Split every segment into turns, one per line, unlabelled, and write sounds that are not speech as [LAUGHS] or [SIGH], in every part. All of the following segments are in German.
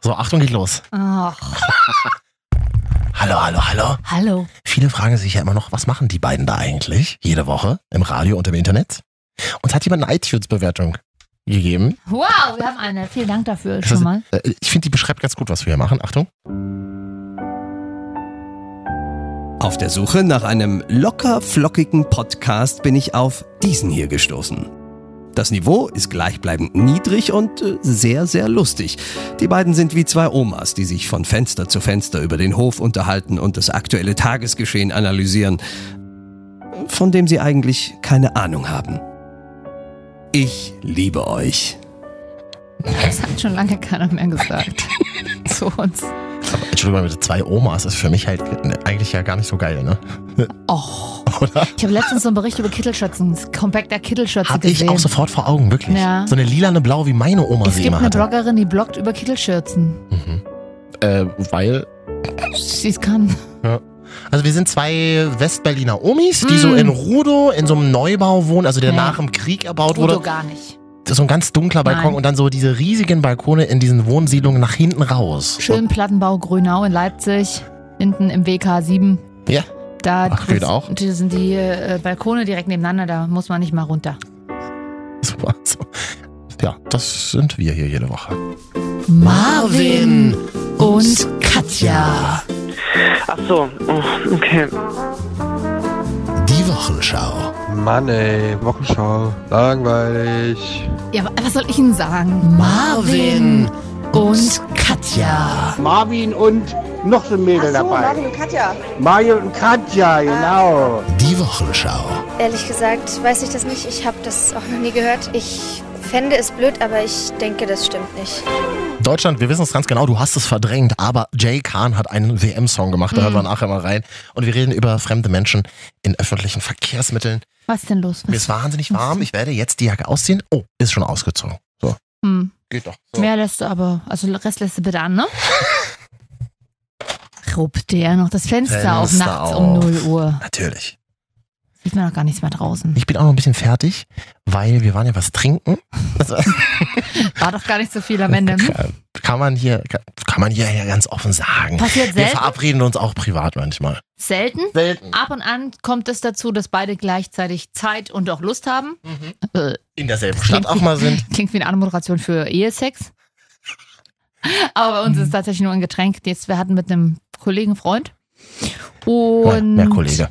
So, Achtung geht los.
Ach,
Hallo, hallo, hallo.
hallo.
Viele fragen sich ja immer noch, was machen die beiden da eigentlich? Jede Woche im Radio und im Internet. Uns hat jemand eine iTunes-Bewertung gegeben.
Wow, wir haben eine. Vielen Dank dafür
Ist
schon
das-
mal.
Äh, Ich finde, die beschreibt ganz gut, was wir hier machen. Achtung.
Auf der Suche nach einem locker flockigen Podcast bin ich auf diesen hier gestoßen. Das Niveau ist gleichbleibend niedrig und äh, sehr, sehr lustig. Die beiden sind wie zwei Omas, die sich von Fenster zu Fenster über den Hof unterhalten und das aktuelle Tagesgeschehen analysieren, von dem sie eigentlich keine Ahnung haben. Ich liebe euch.
Das hat schon lange keiner mehr gesagt. [LAUGHS] Zu uns.
Aber, Entschuldigung, mit zwei Omas ist für mich halt eigentlich ja gar nicht so geil, ne?
Och.
Oder?
Ich habe letztens so einen Bericht über Kittelschürzen, kompakter Kittelschürze
Hab
gesehen.
ich auch sofort vor Augen, wirklich.
Ja.
So eine lilane Blau, wie meine Oma
es
sie
gibt
immer
eine
hatte.
Bloggerin, die bloggt über Kittelschürzen.
mhm. äh, weil,
Sie kann.
also wir sind zwei Westberliner Omis, die so in Rudow in so einem Neubau wohnen, also der
Mm. Ja.
nach dem Krieg erbaut
Foto
wurde.
gar nicht.
Das ist so ein ganz dunkler Balkon
Nein.
und dann so diese riesigen Balkone in diesen Wohnsiedlungen nach hinten raus.
Schön Plattenbau Grünau in Leipzig, hinten im WK7.
Ja.
Da
Ach, steht auch.
Die sind die äh, Balkone direkt nebeneinander, da muss man nicht mal runter.
[LAUGHS] Super. So. Ja, das sind wir hier jede Woche.
Marvin und Katja.
Ach so, oh, okay.
Die Wochenschau.
Mann ey, Wochenschau. Langweilig.
Ja, aber was soll ich Ihnen sagen? Marvin und Katja.
Marvin und noch so ein Mädel
Ach so,
dabei.
Marvin und Katja.
Mario und Katja, genau.
Die Wochenschau.
Ehrlich gesagt weiß ich das nicht. Ich habe das auch noch nie gehört. Ich fände es blöd, aber ich denke, das stimmt nicht.
Deutschland, wir wissen es ganz genau, du hast es verdrängt, aber Jay Kahn hat einen WM-Song gemacht, da hören wir nachher mal rein. Und wir reden über fremde Menschen in öffentlichen Verkehrsmitteln.
Was ist denn los?
Mir ist wahnsinnig warm, ich werde jetzt die Jacke ausziehen. Oh, ist schon ausgezogen. So,
Hm.
geht doch.
Mehr lässt du aber, also den Rest lässt du bitte an, ne? Ruppt dir ja noch das Fenster, auf
Fenster
nachts
auf.
um 0 Uhr.
Natürlich.
Sieht man doch gar nichts mehr draußen.
Ich bin auch noch ein bisschen fertig, weil wir waren ja was trinken. Das war-
War doch gar nicht so viel am Ende. Hm?
Kann- Kann man hier, kann, kann man hier ja ganz offen sagen.
Passiert
Wir
selten.
verabreden uns auch privat manchmal.
Selten.
Selten.
Ab und an kommt es dazu, dass beide gleichzeitig Zeit und auch Lust haben. Äh,
Mhm. In derselben Stadt auch mal sind.
Klingt wie eine Anmoderation für Ehesex. Aber bei uns ist
Mhm.
es tatsächlich nur ein Getränk. Jetzt, wir hatten mit einem Kollegen Freund.
Ja,
Und
mehr Kollege.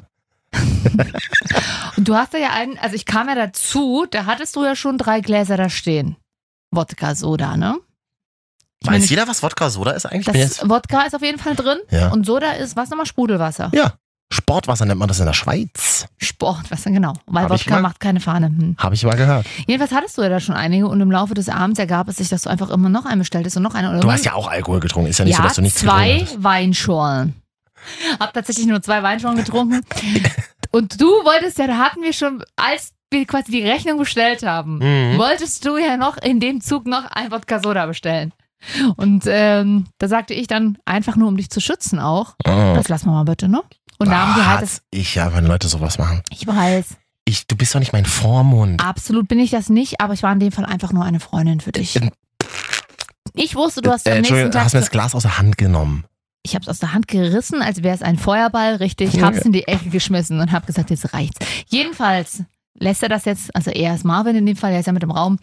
Und du hast da ja einen, also ich kam ja dazu, da hattest du ja schon drei Gläser da stehen. Wodka Soda, ne? Ich
Weiß
meine,
jeder, was Wodka Soda ist eigentlich? Ich bin jetzt,
das Wodka ist auf jeden Fall drin.
Ja.
Und Soda ist, was nochmal? Sprudelwasser.
Ja. Sportwasser nennt man das in der Schweiz.
Sportwasser, genau. Weil
Hab ich
Wodka
mal-
macht keine Fahne. Hm.
Habe ich mal gehört.
Jedenfalls hattest du ja da schon einige und im Laufe des Abends ergab es sich, dass du einfach immer noch einen bestelltest und noch einen.
Du hast ja auch Alkohol getrunken. Ist ja nicht
Mhm. ja,
so, dass du nichts
zwei
getrunken
Weinschorlen. Hab tatsächlich nur zwei Weinschorlen
[LAUGHS]
getrunken. Und du wolltest ja, da hatten wir schon, als wir quasi die Rechnung bestellt haben,
Mhm.
wolltest du ja noch in dem Zug noch ein Wodka Soda bestellen. Und ähm, da sagte ich dann einfach nur, um dich zu schützen auch,
hast.
das lassen wir mal bitte, ne? Und da haben wir halt das,
Hat's Oh. ich ja, wenn Leute sowas machen.
ich weiß,
Ich, du bist doch nicht mein
Ah,
Vormund.
absolut bin ich das nicht, aber ich war in dem Fall einfach nur eine Freundin für dich.
Ähm,
Ich wusste, du hast am nächsten
äh, Entschuldigung,
Tag
hast mir das Glas aus der Hand genommen.
ich habe es aus der Hand gerissen, als wäre es ein Feuerball, richtig, habe es in die Ecke geschmissen und habe gesagt, jetzt reicht's. Jedenfalls lässt er das jetzt, also er ist Marvin in dem Fall, er ist ja mit im Raum,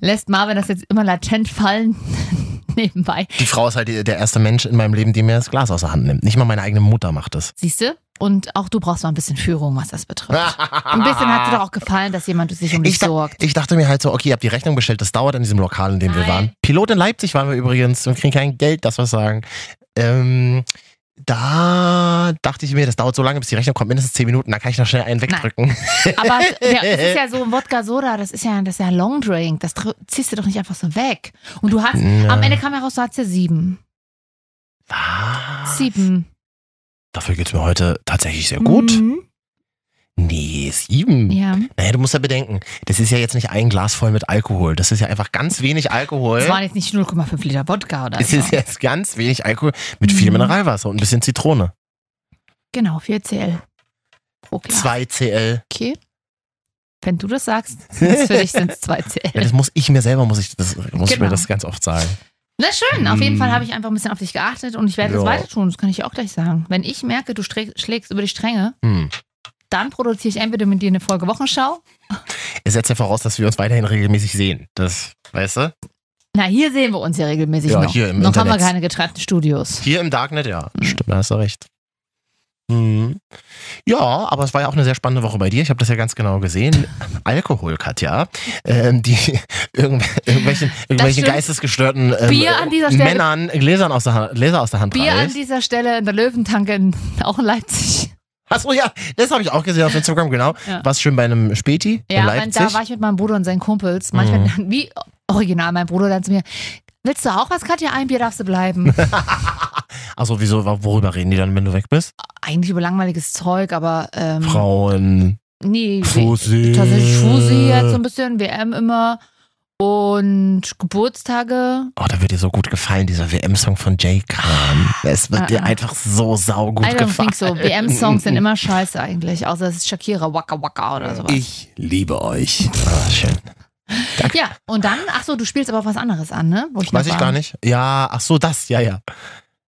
lässt Marvin das jetzt immer latent fallen [LAUGHS] nebenbei.
Die Frau ist halt die- der erste Mensch in meinem Leben, die mir das Glas aus der Hand nimmt. Nicht mal meine eigene Mutter macht das.
Siehst du? Und auch du brauchst mal ein bisschen Führung, was das
[LAUGHS]
betrifft. Ein bisschen hat dir doch auch gefallen, dass jemand sich um dich
ich, da, [LAUGHS]
sorgt.
ich dachte mir halt so, okay, ihr habt die Rechnung bestellt, das dauert in diesem Lokal, in dem wir
Nein.
waren. Pilot in Leipzig waren wir übrigens und kriegen kein Geld, das was sagen. Ähm, da dachte ich mir, das dauert so lange, bis die Rechnung kommt, mindestens 10 Minuten, da kann ich noch schnell einen wegdrücken.
Aber ja, das ist ja so ein Wodka Soda, das ist ja, das ist ja ein Long Drink, das tr- ziehst du doch nicht einfach so weg. Und du
[LAUGHS]
hast,
Ja.
am Ende kam heraus, du hast ja sieben.
Was?
Sieben.
Dafür geht's mir heute tatsächlich sehr gut.
Mhm.
Nee, sieben.
Ja.
Naja, du musst ja bedenken, das ist ja jetzt nicht ein Glas voll mit Alkohol. Das ist ja einfach ganz wenig Alkohol.
Es waren jetzt nicht 0,5 Liter Wodka oder
Es
so.
ist jetzt ganz wenig Alkohol mit viel
Mhm.
Mineralwasser und ein bisschen Zitrone.
Genau, 4 CL. Okay.
2 CL.
okay. Wenn du
[LAUGHS]
das sagst, sind's für dich sind es 2
Ja,
CL.
das muss ich mir selber, muss ich, das, muss ich
Genau.
mir das ganz oft sagen.
Na schön, auf jeden
Mm.
Fall habe ich einfach ein bisschen auf dich geachtet und ich werde es
Ja.
weiter tun, das kann ich dir auch gleich sagen. Wenn ich merke, du strä- schlägst über die Stränge,
Hm.
dann produziere ich entweder mit dir eine Folge Wochenschau.
Es setzt ja voraus, dass wir uns weiterhin regelmäßig sehen. Das, weißt du?
Na, hier sehen wir uns ja regelmäßig
Ja,
noch.
hier im
noch haben wir
Internet.
keine getrennten Studios.
Hier im Darknet, ja. Stimmt, da hast du recht. Hm. Ja, aber es war ja auch eine sehr spannende Woche bei dir. Ich habe das ja ganz genau
[LAUGHS]
gesehen. Alkohol, Katja, ähm, die [LAUGHS] irgendw irgendwelchen, irgendwelchen
stimmt.
geistesgestörten ähm,
Bier an dieser Stelle-
Männern Gläsern aus der, Hand, Gläser aus der Hand
Bier an
reißt.
dieser Stelle in der Löwentanke, in, auch in Leipzig.
Achso, ja, das habe ich auch gesehen auf Instagram, genau.
Ja.
Warst schön bei einem Späti
Ja,
in
mein,
Leipzig. Mhm.
da war ich mit meinem Bruder und seinen Kumpels. Manchmal, wie original, mein Bruder dann zu mir, willst du auch was, Katja? Ein Bier darfst
[LAUGHS]
du bleiben.
Also wieso, wa- worüber reden die dann, wenn du weg bist?
Eigentlich über langweiliges Zeug, aber ähm,
Frauen,
nee, wir-
Fussi.
tatsächlich Fusi jetzt so ein bisschen, WM immer und Geburtstage.
Oh, da wird dir so gut gefallen, dieser WM-Song von Jay Khan. Es wird
Ah,
dir
ah.
einfach so saugut
I don't
gefallen.
think
[LAUGHS]
so. WM-Songs sind immer scheiße eigentlich, außer es ist Shakira Waka Waka oder sowas.
Ich liebe euch.
Ah, schön.
ja, und dann, ach so, du spielst aber was anderes an, ne? Wo
Weiß
noch
ich
war.
gar nicht. Ja, ach so, das, ja, ja.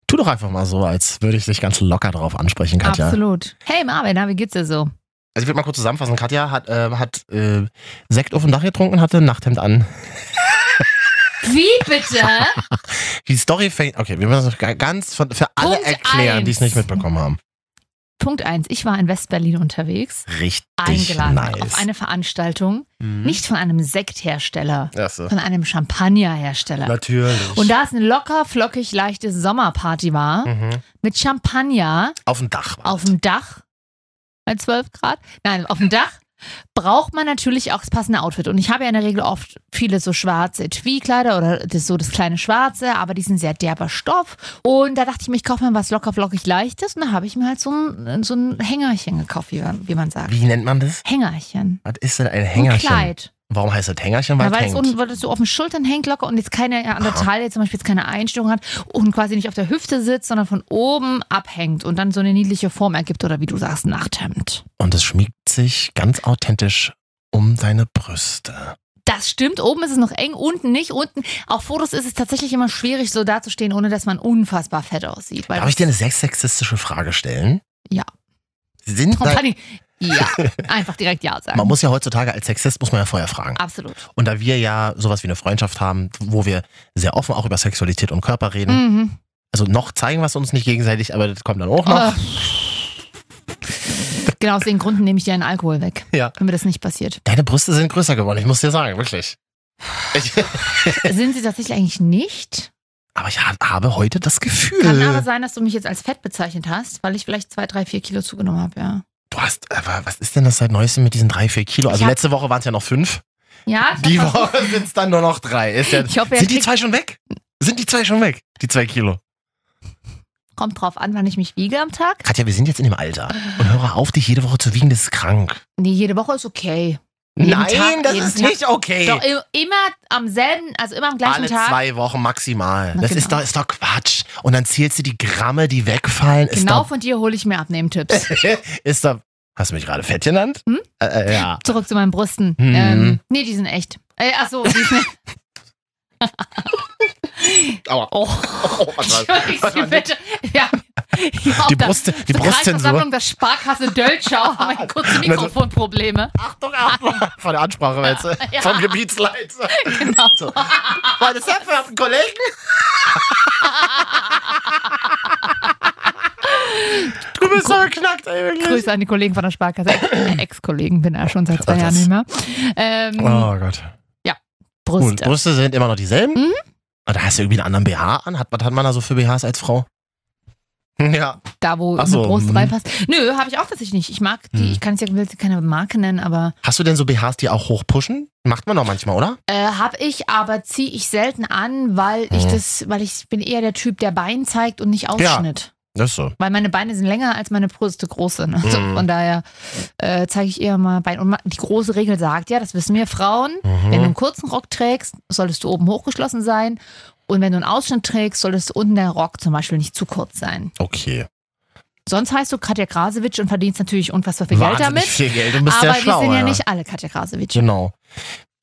Tu doch einfach mal so, als würde ich dich ganz locker drauf ansprechen, Katja.
Absolut. Hey Marvin, na, wie geht's dir so?
Also ich will mal kurz zusammenfassen. Katja hat, äh, hat äh, Sekt auf dem Dach getrunken und hatte ein Nachthemd an.
Wie bitte?
Die Story fängt... Okay, wir müssen das ga- ganz von, für alle
Punkt
erklären, die es nicht
eins.
mitbekommen haben.
Punkt eins: Ich war in Westberlin unterwegs,
Richtig
eingeladen
nice.
auf eine Veranstaltung,
Mhm.
nicht von einem Sekthersteller,
Ach so.
von einem Champagnerhersteller.
Natürlich.
Und da es eine locker, flockig, leichte Sommerparty war,
mhm.
mit Champagner
Auf dem Dach.
auf dem Dach, bei 12 Grad, nein, auf dem Dach, braucht man natürlich auch das passende Outfit. Und ich habe ja in der Regel oft viele so schwarze Etui-Kleider oder das, so das kleine Schwarze, aber die sind sehr derber Stoff. Und da dachte ich mir, ich kaufe mir was locker, flockig, leichtes. Und da habe ich mir halt so ein, so ein Hängerchen gekauft, wie man, wie man sagt.
Wie nennt man das?
Hängerchen.
Was ist denn ein
Ein
Hängerchen?
Kleid.
Warum heißt das Hängerchen?
Ja,
Weil,
weil,
es
es
hängt.
unten, weil es so auf den Schultern hängt locker und jetzt keine an der Taille zum Beispiel jetzt keine Einstellung hat und quasi nicht auf der Hüfte sitzt, sondern von oben abhängt und dann so eine niedliche Form ergibt oder wie du sagst, Nachthemd.
Und es schmiegt sich ganz authentisch um deine Brüste.
Das stimmt, oben ist es noch eng, unten nicht. Unten, auf Fotos ist es tatsächlich immer schwierig, so dazustehen, ohne dass man unfassbar fett aussieht. Weil
Darf ich dir
[LAUGHS]
eine sehr sexistische Frage stellen?
Ja.
Sind
Frau
da,
Panni- Ja, einfach direkt Ja sagen. Ah.
man muss ja heutzutage als Sexist, muss man ja vorher fragen.
Absolut.
Und da wir ja sowas wie eine Freundschaft haben, wo wir sehr offen auch über Sexualität und Körper reden,
Mhm.
also noch zeigen wir es uns nicht gegenseitig, aber das kommt dann auch noch.
Ah. Genau aus den Gründen nehme ich dir einen Alkohol weg.
Ja.
Wenn mir das nicht passiert.
Deine Brüste sind größer geworden, ich muss dir sagen, wirklich. Ich,
Sind sie tatsächlich eigentlich nicht?
aber ich ha- habe heute das
Kann aber
Gefühl,
sein, dass du mich jetzt als fett bezeichnet hast, weil ich vielleicht zwei, drei, vier Kilo zugenommen habe, ja.
du hast, aber was ist denn das seit neuestem mit diesen drei, vier Kilo?
Ich
Also
hab-
letzte Woche waren es ja noch fünf.
Ja, ich
Die
hab versucht-
Woche sind es dann nur noch drei. Ist ja,
Ich hoffe, er
sind die
kriegt-
zwei schon weg? Sind die zwei schon weg? Die zwei Kilo.
kommt drauf an, wann ich mich wiege am Tag.
Katja, wir sind jetzt in dem Alter. Und höre auf, dich jede Woche zu wiegen, das ist krank.
Nee, jede Woche ist okay. Jeden
Nein,
Tag,
das
jeden
ist
Tag.
nicht okay.
Doch im- immer am selben, also immer am gleichen
Alle
Tag.
zwei Wochen maximal.
Na
das
genau.
ist, doch, ist doch Quatsch. Und dann zählst du die Gramme, die wegfallen.
Genau
Ist
von dir hole ich mir
[LAUGHS]
Abnehmtipps.
doch, ist doch, hast du mich gerade fett genannt?
Hm?
Äh, äh,
[LAUGHS]
ja.
Zurück zu meinen Brüsten.
Hm.
Ähm, nee, die sind echt. Äh, ach so, die sind.
Aua.
[LAUGHS] Oh,
[LAUGHS] Oh, was war's?
Entschuldigung,
Was war das?
bitte. Ja, ja,
die
da-
Brust, die Brustzensur.
zur Kreisversammlung der Sparkasse Dölschau haben
[LAUGHS]
wir kurze Mikrofonprobleme.
Achtung,
[LAUGHS]
Achtung. Von der Ansprache, weißt du?
Ja.
Vom Gebietsleiter.
[LAUGHS] Genau.
So. War das ja für einen Kollegen? du bist so geknackt, ey, wirklich.
Grüße an die Kollegen von der Sparkasse. Äh, Ex-Kollegen bin ja schon seit zwei
Ach,
Jahren
das-
nicht mehr. Ähm,
Oh Gott. Gut,
Brüste.
Brüste sind immer noch dieselben.
Mhm.
Und da hast du irgendwie einen anderen BH an. Hat, was hat man da so für BHs als Frau?
Hm.
Ja.
Da, wo
Ach so,
eine Brust
hm.
reinpasst. Nö, habe ich auch tatsächlich nicht. Ich mag die,
Hm.
ich kann es ja will sie keine Marke nennen, aber
Hast du denn so BHs, die auch hochpushen? Macht man doch manchmal, oder?
Äh, hab ich, aber zieh ich selten an, weil ich
Mhm.
das, weil ich bin eher der Typ, der Bein zeigt und nicht Ausschnitt.
Das ist so.
Weil meine Beine sind länger als meine Brüste groß sind. Also
Mhm.
Von daher äh, zeige ich eher mal Bein. Und ma- die große Regel sagt ja, das wissen wir Frauen,
Mhm.
wenn du einen kurzen Rock trägst, solltest du oben hochgeschlossen sein. Und wenn du einen Ausschnitt trägst, solltest du unten der Rock zum Beispiel nicht zu kurz sein.
Okay.
Sonst heißt du Katja Grasewitsch und verdienst natürlich unfassbar viel Geld
Wahnsinnig
damit.
viel Geld. Du bist
aber
sehr schlau.
wir sind ja
Alter.
nicht alle Katja Grasewitsch.
Genau.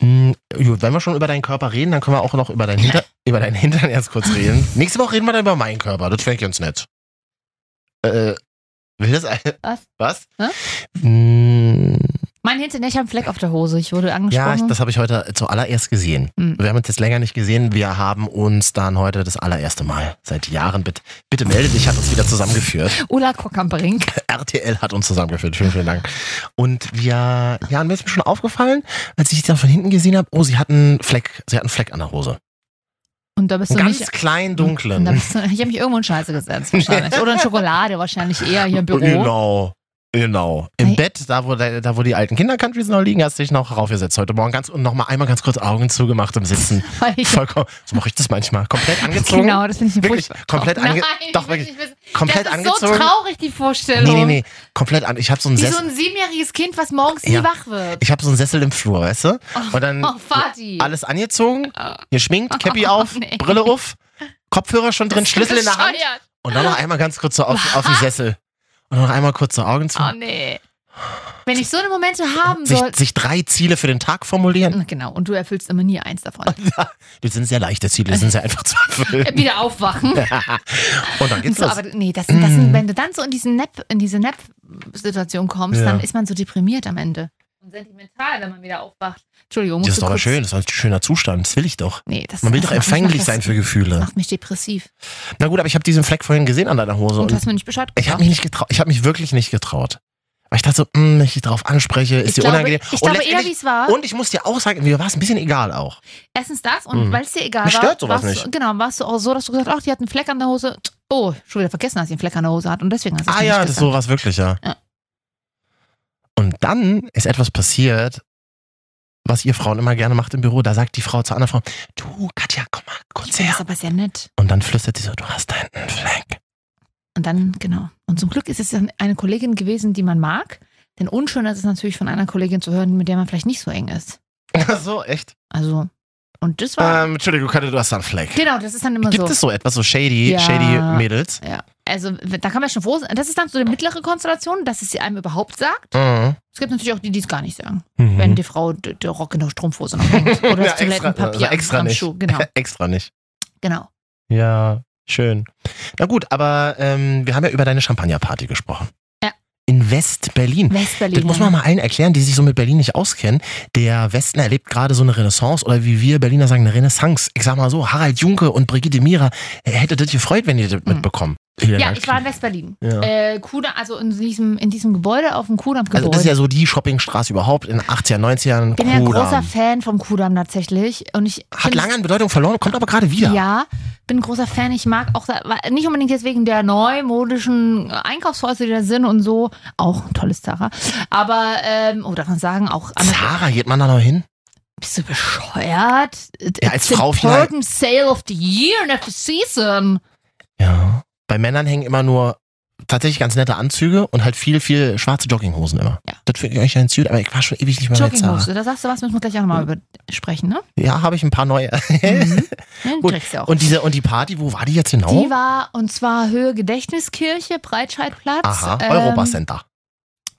Hm, Gut, wenn wir schon über deinen Körper reden, dann können wir auch noch über deinen,
[LAUGHS]
Hinter über deinen Hintern erst kurz reden. Nächste Woche reden wir dann über meinen Körper. Das fände ich ganz nett. Äh, will das ein
Was?
Was?
Hä?
Hm,
Mein Hintern, ich habe einen Fleck auf der Hose. Ich wurde
ja, ich,
angesprochen.
das habe ich heute zuallererst gesehen.
Hm.
Wir haben uns jetzt länger nicht gesehen. Wir haben uns dann heute das allererste Mal seit Jahren. Bitte, bitte melde dich, hat uns wieder zusammengeführt. [LAUGHS]
Ulla Krockamperink.
RTL hat uns zusammengeführt. Vielen, vielen Dank. Und wir, ja, und mir ist mir schon aufgefallen, als ich sie dann von hinten gesehen habe, oh, sie hat einen Fleck, sie hat einen Fleck an der Hose.
Und da bist du
Einen ganz
nicht.
kleinen,
Und da
dunklen.
bist du, ich habe mich irgendwo in Scheiße gesetzt. Wahrscheinlich. Oder in Schokolade, wahrscheinlich eher hier im Büro.
Genau. Genau. Im
Ei.
Bett, da wo, de- da wo die alten Kindercountries noch liegen, hast du dich noch raufgesetzt heute Morgen ganz und nochmal einmal ganz kurz Augen zugemacht im Sitzen.
Weil [LAUGHS] ich,
Vollkommen. So mache ich das manchmal. Komplett angezogen.
genau, das finde ich
Wirklich
furchtbar.
komplett
Nein,
ange- doch,
ich will nicht wissen.
Komplett
das ist
angezogen.
so traurig, die Vorstellung.
nee, nee, nee. Komplett an. Ich habe so einen
Wie so
Sessel.
ein siebenjähriges Kind, was morgens nie
Ja.
wach wird.
ich habe so einen Sessel im Flur, weißt du? Und dann
Oh, Fati.
alles angezogen,
[LAUGHS]
geschminkt, Cappy
Oh,
auf,
nee.
Brille auf, Kopfhörer schon drin, Schlüssel in der Hand
Bescheuert.
und dann noch einmal ganz kurz so auf, auf den Sessel. Und noch einmal kurz so Augen zu.
Oh, nee. Wenn ich so eine Momente haben
sich,
sollte.
sich drei Ziele für den Tag formulieren.
Genau, und du erfüllst immer nie
[LAUGHS]
eins davon.
Das sind sehr leichte Ziele, das sind sehr einfach zu
[LAUGHS]
erfüllen.
Wieder
[LAUGHS]
aufwachen.
Und dann
Und
geht's
Genau. so,
los.
aber nee, das, sind- das sind,
Mm.
wenn du dann so in, diesen Nap, in diese Nap-Situation kommst,
Ja.
dann ist man so deprimiert am Ende. Und sentimental, wenn man wieder aufwacht. Entschuldigung, musst
Das ist
du
doch aber
kurz,
schön, das ist ein schöner Zustand, das will ich doch.
Nee, das,
Man will
das
doch
macht- das
empfänglich
macht-
sein
das
für Gefühle.
Macht mich depressiv.
Na gut, aber ich habe diesen Fleck vorhin gesehen an deiner Hose
Und
und
du hast mir nicht Bescheid
ich
gesagt.
habe mich nicht getraut, ich habe mich wirklich nicht getraut. Weil ich dachte so, hm, wenn ich dich drauf anspreche, ist
ich
dir
glaube,
unangenehm.
Ich glaube eher,
letztendlich-
wie es war.
Und ich muss dir auch sagen, mir war es ein bisschen egal auch.
Erstens das und
Mhm.
weil es dir egal
Mich
war.
stört sowas
warst Du,
nicht.
genau, warst du auch so, dass du gesagt hast, ach, die hat einen Fleck an der Hose. Oh, schon wieder vergessen, dass sie einen Fleck an der Hose hat und deswegen hast du es
Ah
mir
ja,
nicht
das
gesagt.
so war es wirklich, ja.
Ja.
Und dann ist etwas passiert, was ihr Frauen immer gerne macht im Büro. Da sagt die Frau zur anderen Frau, du Katja, komm mal kurz
Das
her.
ist aber sehr nett.
Und dann flüstert sie so, du hast da hinten einen Fleck. [LAUGHS]
Und dann, genau. Und zum Glück ist es dann eine Kollegin gewesen, die man mag. Denn unschön ist es natürlich von einer Kollegin zu hören, mit der man vielleicht nicht so eng ist.
Ach so, echt?
Also, und das war.
Ähm, Entschuldigung, Katja, du hast da einen Fleck.
genau, das ist dann Ah. immer
Äh, Gibt
so.
es so etwas, so shady,
Ja.
shady Mädels?
Also, da kann man schon froh sein. Das ist dann so eine mittlere Konstellation, dass es sie einem überhaupt sagt.
Mhm.
Es gibt natürlich auch die, die es gar nicht sagen.
Mhm.
wenn die Frau d- der Rock in der Strumpfhose noch hängt.
[LAUGHS]
Oder
Ja,
das
extra-
Toilettenpapier
also extra
am, am
nicht.
Schuh. Genau,
[LAUGHS] Extra nicht.
genau.
Ja, schön. Na gut, aber ähm, wir haben ja über deine Champagnerparty gesprochen.
Ja.
In West-Berlin.
Westberlin.
Das muss man mal allen erklären, die sich so mit Berlin nicht auskennen. Der Westen erlebt gerade so eine Renaissance oder wie wir Berliner sagen, eine Renaissance. Ich sag mal so, Harald Junke und Brigitte Mira, äh, hätte das gefreut, wenn ihr das mitbekommen. Vielen
Mhm. ja,
Dank.
ich war in Westberlin.
Ja.
Äh, Kuda, also in diesem, in diesem Gebäude auf dem
Also
Kudamm-Gebäude.
das ist ja so die Shoppingstraße überhaupt in den 80er, 90ern.
ich bin ja ein großer
Kudamm.
Fan vom Kudamm tatsächlich. Und ich
Hat
bin-
lange an Bedeutung verloren, kommt aber gerade wieder.
ja. bin ein großer Fan. Ich mag auch, da- weil- nicht unbedingt jetzt wegen der neumodischen Einkaufshäuser, die da sind und so. Auch ein tolles Zara. Aber, ähm, oh, darf man sagen, auch andere-
Zara, geht man da noch hin?
Bist du bescheuert?
Ja, als
It's
Frau vielleicht.
important sale of the year and of the season.
Ja. Bei Männern hängen immer nur tatsächlich ganz nette Anzüge und halt viel, viel schwarze Jogginghosen immer.
Ja.
Das finde ich eigentlich ein Süd, aber ich war schon ewig nicht mehr bei Zara.
Jogginghose, da sagst du was, müssen wir gleich auch nochmal über sprechen, ne?
Ja, habe ich ein paar neue.
Ja,
Gut.
kriegst du auch.
Und diese und die Party, wo war die jetzt genau?
die war, und zwar Höhe Gedächtniskirche, Breitscheidplatz.
Aha,
ähm,
Europacenter.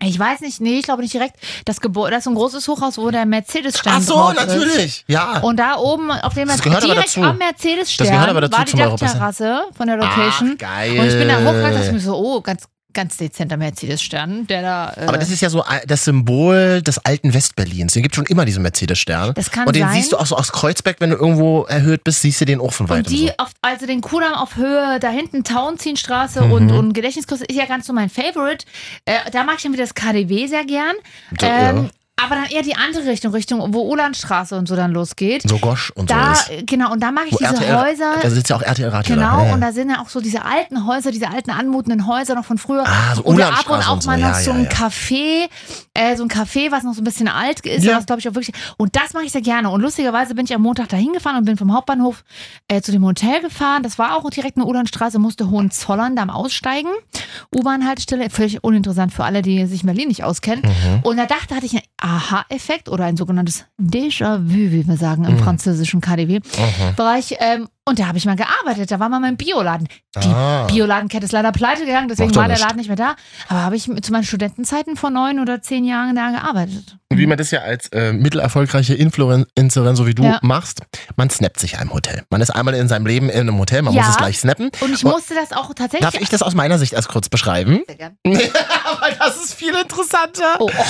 Ich weiß nicht, nee, ich glaube nicht direkt. Das Gebäude, das ist ein großes Hochhaus, wo der Mercedes-Stern drauf Ist.
Ja.
Und da oben auf dem
Das gehört aber
direkt
dazu.
am Mercedes-Stern
Das gehört aber dazu
war die
zum Europacenter.
Dachterrasse von der Location.
Ach, geil.
und ich bin da hochgegangen und dachte mir so, oh, ganz, ganz dezenter Mercedes-Stern, der da. Äh,
aber das ist ja so ein- das Symbol des alten Westberlins. Den gibt schon immer diesen Mercedes-Stern.
das kann
Und den
sein.
siehst du auch so aus Kreuzberg, wenn du irgendwo erhöht bist, siehst du den auch von weitem.
Und die,
so.
auf, also den Kudamm auf Höhe, da hinten Townzienstraße
Mhm.
und, und Gedächtniskurs ist ja ganz so mein Favorite. Äh, da mag ich dann wieder das KDW sehr gern.
So,
ähm, Aber dann eher die andere Richtung, Richtung, wo Ulandstraße und so dann losgeht.
ja. so Gosch und
da,
so ist.
äh, genau, und da mag ich
Wo
diese
RTL Da
Häuser.
sitzt ja auch RTL-Radio.
Genau,
da. Ja,
und
ja.
da sind ja auch so diese alten Häuser, diese alten anmutenden Häuser noch von früher.
Ah, so
Oder ab und
Ulandstraße
auch
und so.
mal noch
Ja,
so
ja,
ein
ja.
Café, äh, so ein Café, was noch so ein bisschen alt ist,
Ja.
was glaube ich auch wirklich. Und das mache ich sehr gerne. Und lustigerweise bin ich am Montag da hingefahren und bin vom Hauptbahnhof äh, zu dem Hotel gefahren. Das war auch direkt eine Ulandstraße, musste Hohenzollern da am Aussteigen. U-Bahn-Haltestelle, völlig uninteressant für alle, die sich in Berlin nicht auskennen.
Mhm.
Und da dachte, hatte ich
Hm.
einen Aha-Effekt oder ein sogenanntes Déjà-vu, wie wir sagen im französischen KDW.
Mhm.
Bereich ähm, Und da habe ich mal gearbeitet. Da war mal mein Bioladen. Die
Ah.
Bioladenkette ist leider pleite gegangen, deswegen
Macht doch
war der
nichts.
Laden nicht mehr da. Aber habe ich zu meinen Studentenzeiten vor neun oder zehn Jahren da gearbeitet.
Wie man das ja als äh, mittelerfolgreiche Influencerin, so wie du,
Ja.
machst, man snappt sich einem Hotel. Man ist einmal in seinem Leben in einem Hotel, man
Ja.
muss es gleich snappen.
Und ich
Und-
musste das auch tatsächlich.
Darf ich das aus meiner Sicht erst kurz beschreiben? [LAUGHS] Weil das ist viel interessanter.
Oh, oh.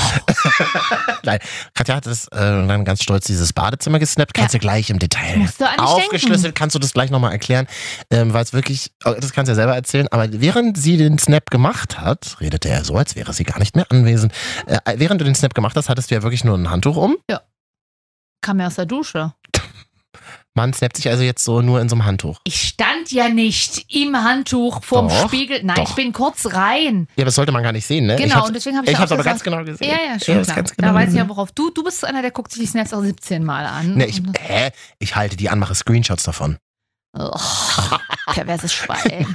Katja hat das äh, dann ganz stolz dieses Badezimmer gesnappt. Kannst du gleich im Detail.
Musst du an dich
Aufgeschlüsselt kannst du das gleich nochmal erklären, ähm, weil es wirklich, oh, das kannst du ja selber erzählen, aber während sie den Snap gemacht hat, redete er so, als wäre sie gar nicht mehr anwesend. Äh, während du den Snap gemacht hast, hattest du ja wirklich nur ein Handtuch um.
Kam mir aus der Dusche.
Man snappt sich also jetzt so nur in so einem Handtuch.
Ich stand ja nicht im Handtuch vorm
Doch,
Spiegel. Nein,
doch.
ich bin kurz rein.
Ja, aber das sollte man gar nicht sehen, ne? Ich
Genau,
hab's,
und deswegen habe ich,
ich
ja
hab's
auch
aber ganz
gesagt-
genau gesehen.
Ja, ja, schon
hab's
klar.
ganz genau
da weiß ich
gesehen.
ja, worauf du. Du bist einer, der guckt sich die Snaps auch 17 Mal an.
Ne, ich,
Und-
hä? ich halte die an, mache Screenshots davon.
Oh,
[LAUGHS]
perverses Schwein.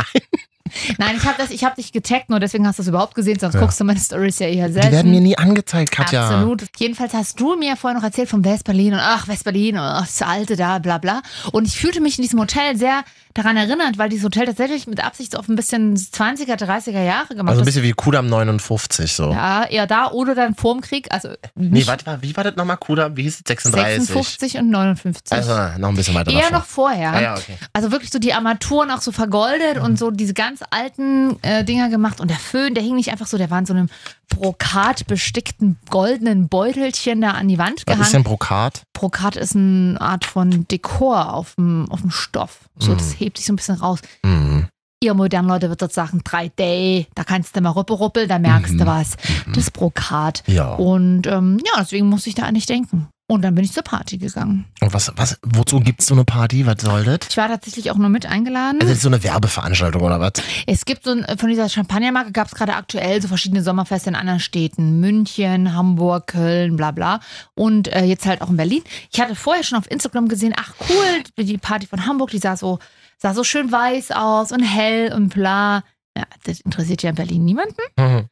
Nein, ich habe hab dich getaggt, nur deswegen hast du es überhaupt gesehen, sonst
Ja.
guckst du meine Stories ja eher selten.
Die werden mir nie angezeigt, Katja.
Absolut. Jedenfalls hast du mir vorher noch erzählt von West-Berlin und ach, West-Berlin und ach, das alte da, bla bla. Und ich fühlte mich in diesem Hotel sehr daran erinnert, weil dieses Hotel tatsächlich mit Absicht so auf ein bisschen 20er, 30er Jahre gemacht
Also ein
ist.
bisschen wie Kudam 59 so.
Ja, eher da oder dann vorm Krieg. Also
Nee,
nicht
warte mal, wie war das nochmal? Kudam, wie hieß es? 36.
56 und 59.
Also noch ein bisschen weiter
eher
davor.
noch vorher.
Ah, ja, okay. Mhm.
Also wirklich so die Armaturen auch so vergoldet und so diese ganz alten äh, Dinger gemacht. Und der Föhn, der hing nicht einfach so, der war in so einem Brokat bestickten goldenen Beutelchen da an die Wand
Was
gehangen.
ist denn Brokat?
Brokat ist eine Art von Dekor auf dem, auf dem Stoff. So,
Mhm.
das hebt sich so ein bisschen raus.
Hm.
Ihr modernen Leute wird das sagen, 3D, da kannst du mal ruppe ruppel, da merkst du
Mhm. Oh.
was. Das Brokat.
Ja.
Und ähm, ja, deswegen musste ich da an dich denken. Und dann bin ich zur Party gegangen.
Und was, was, wozu gibt's so eine Party? Was soll das?
Ich war tatsächlich auch nur mit eingeladen.
Also das ist so eine Werbeveranstaltung oder was?
Es gibt so ein, äh, von dieser Champagnermarke gab es gerade aktuell so verschiedene Sommerfeste in anderen Städten. München, Hamburg, Köln, bla bla. Und äh, jetzt halt auch in Berlin. Ich hatte vorher schon auf Instagram gesehen, ach cool, die Party von Hamburg, die sah so, sah so schön weiß aus und hell und bla. Ja, das interessiert ja in Berlin niemanden.
Hm.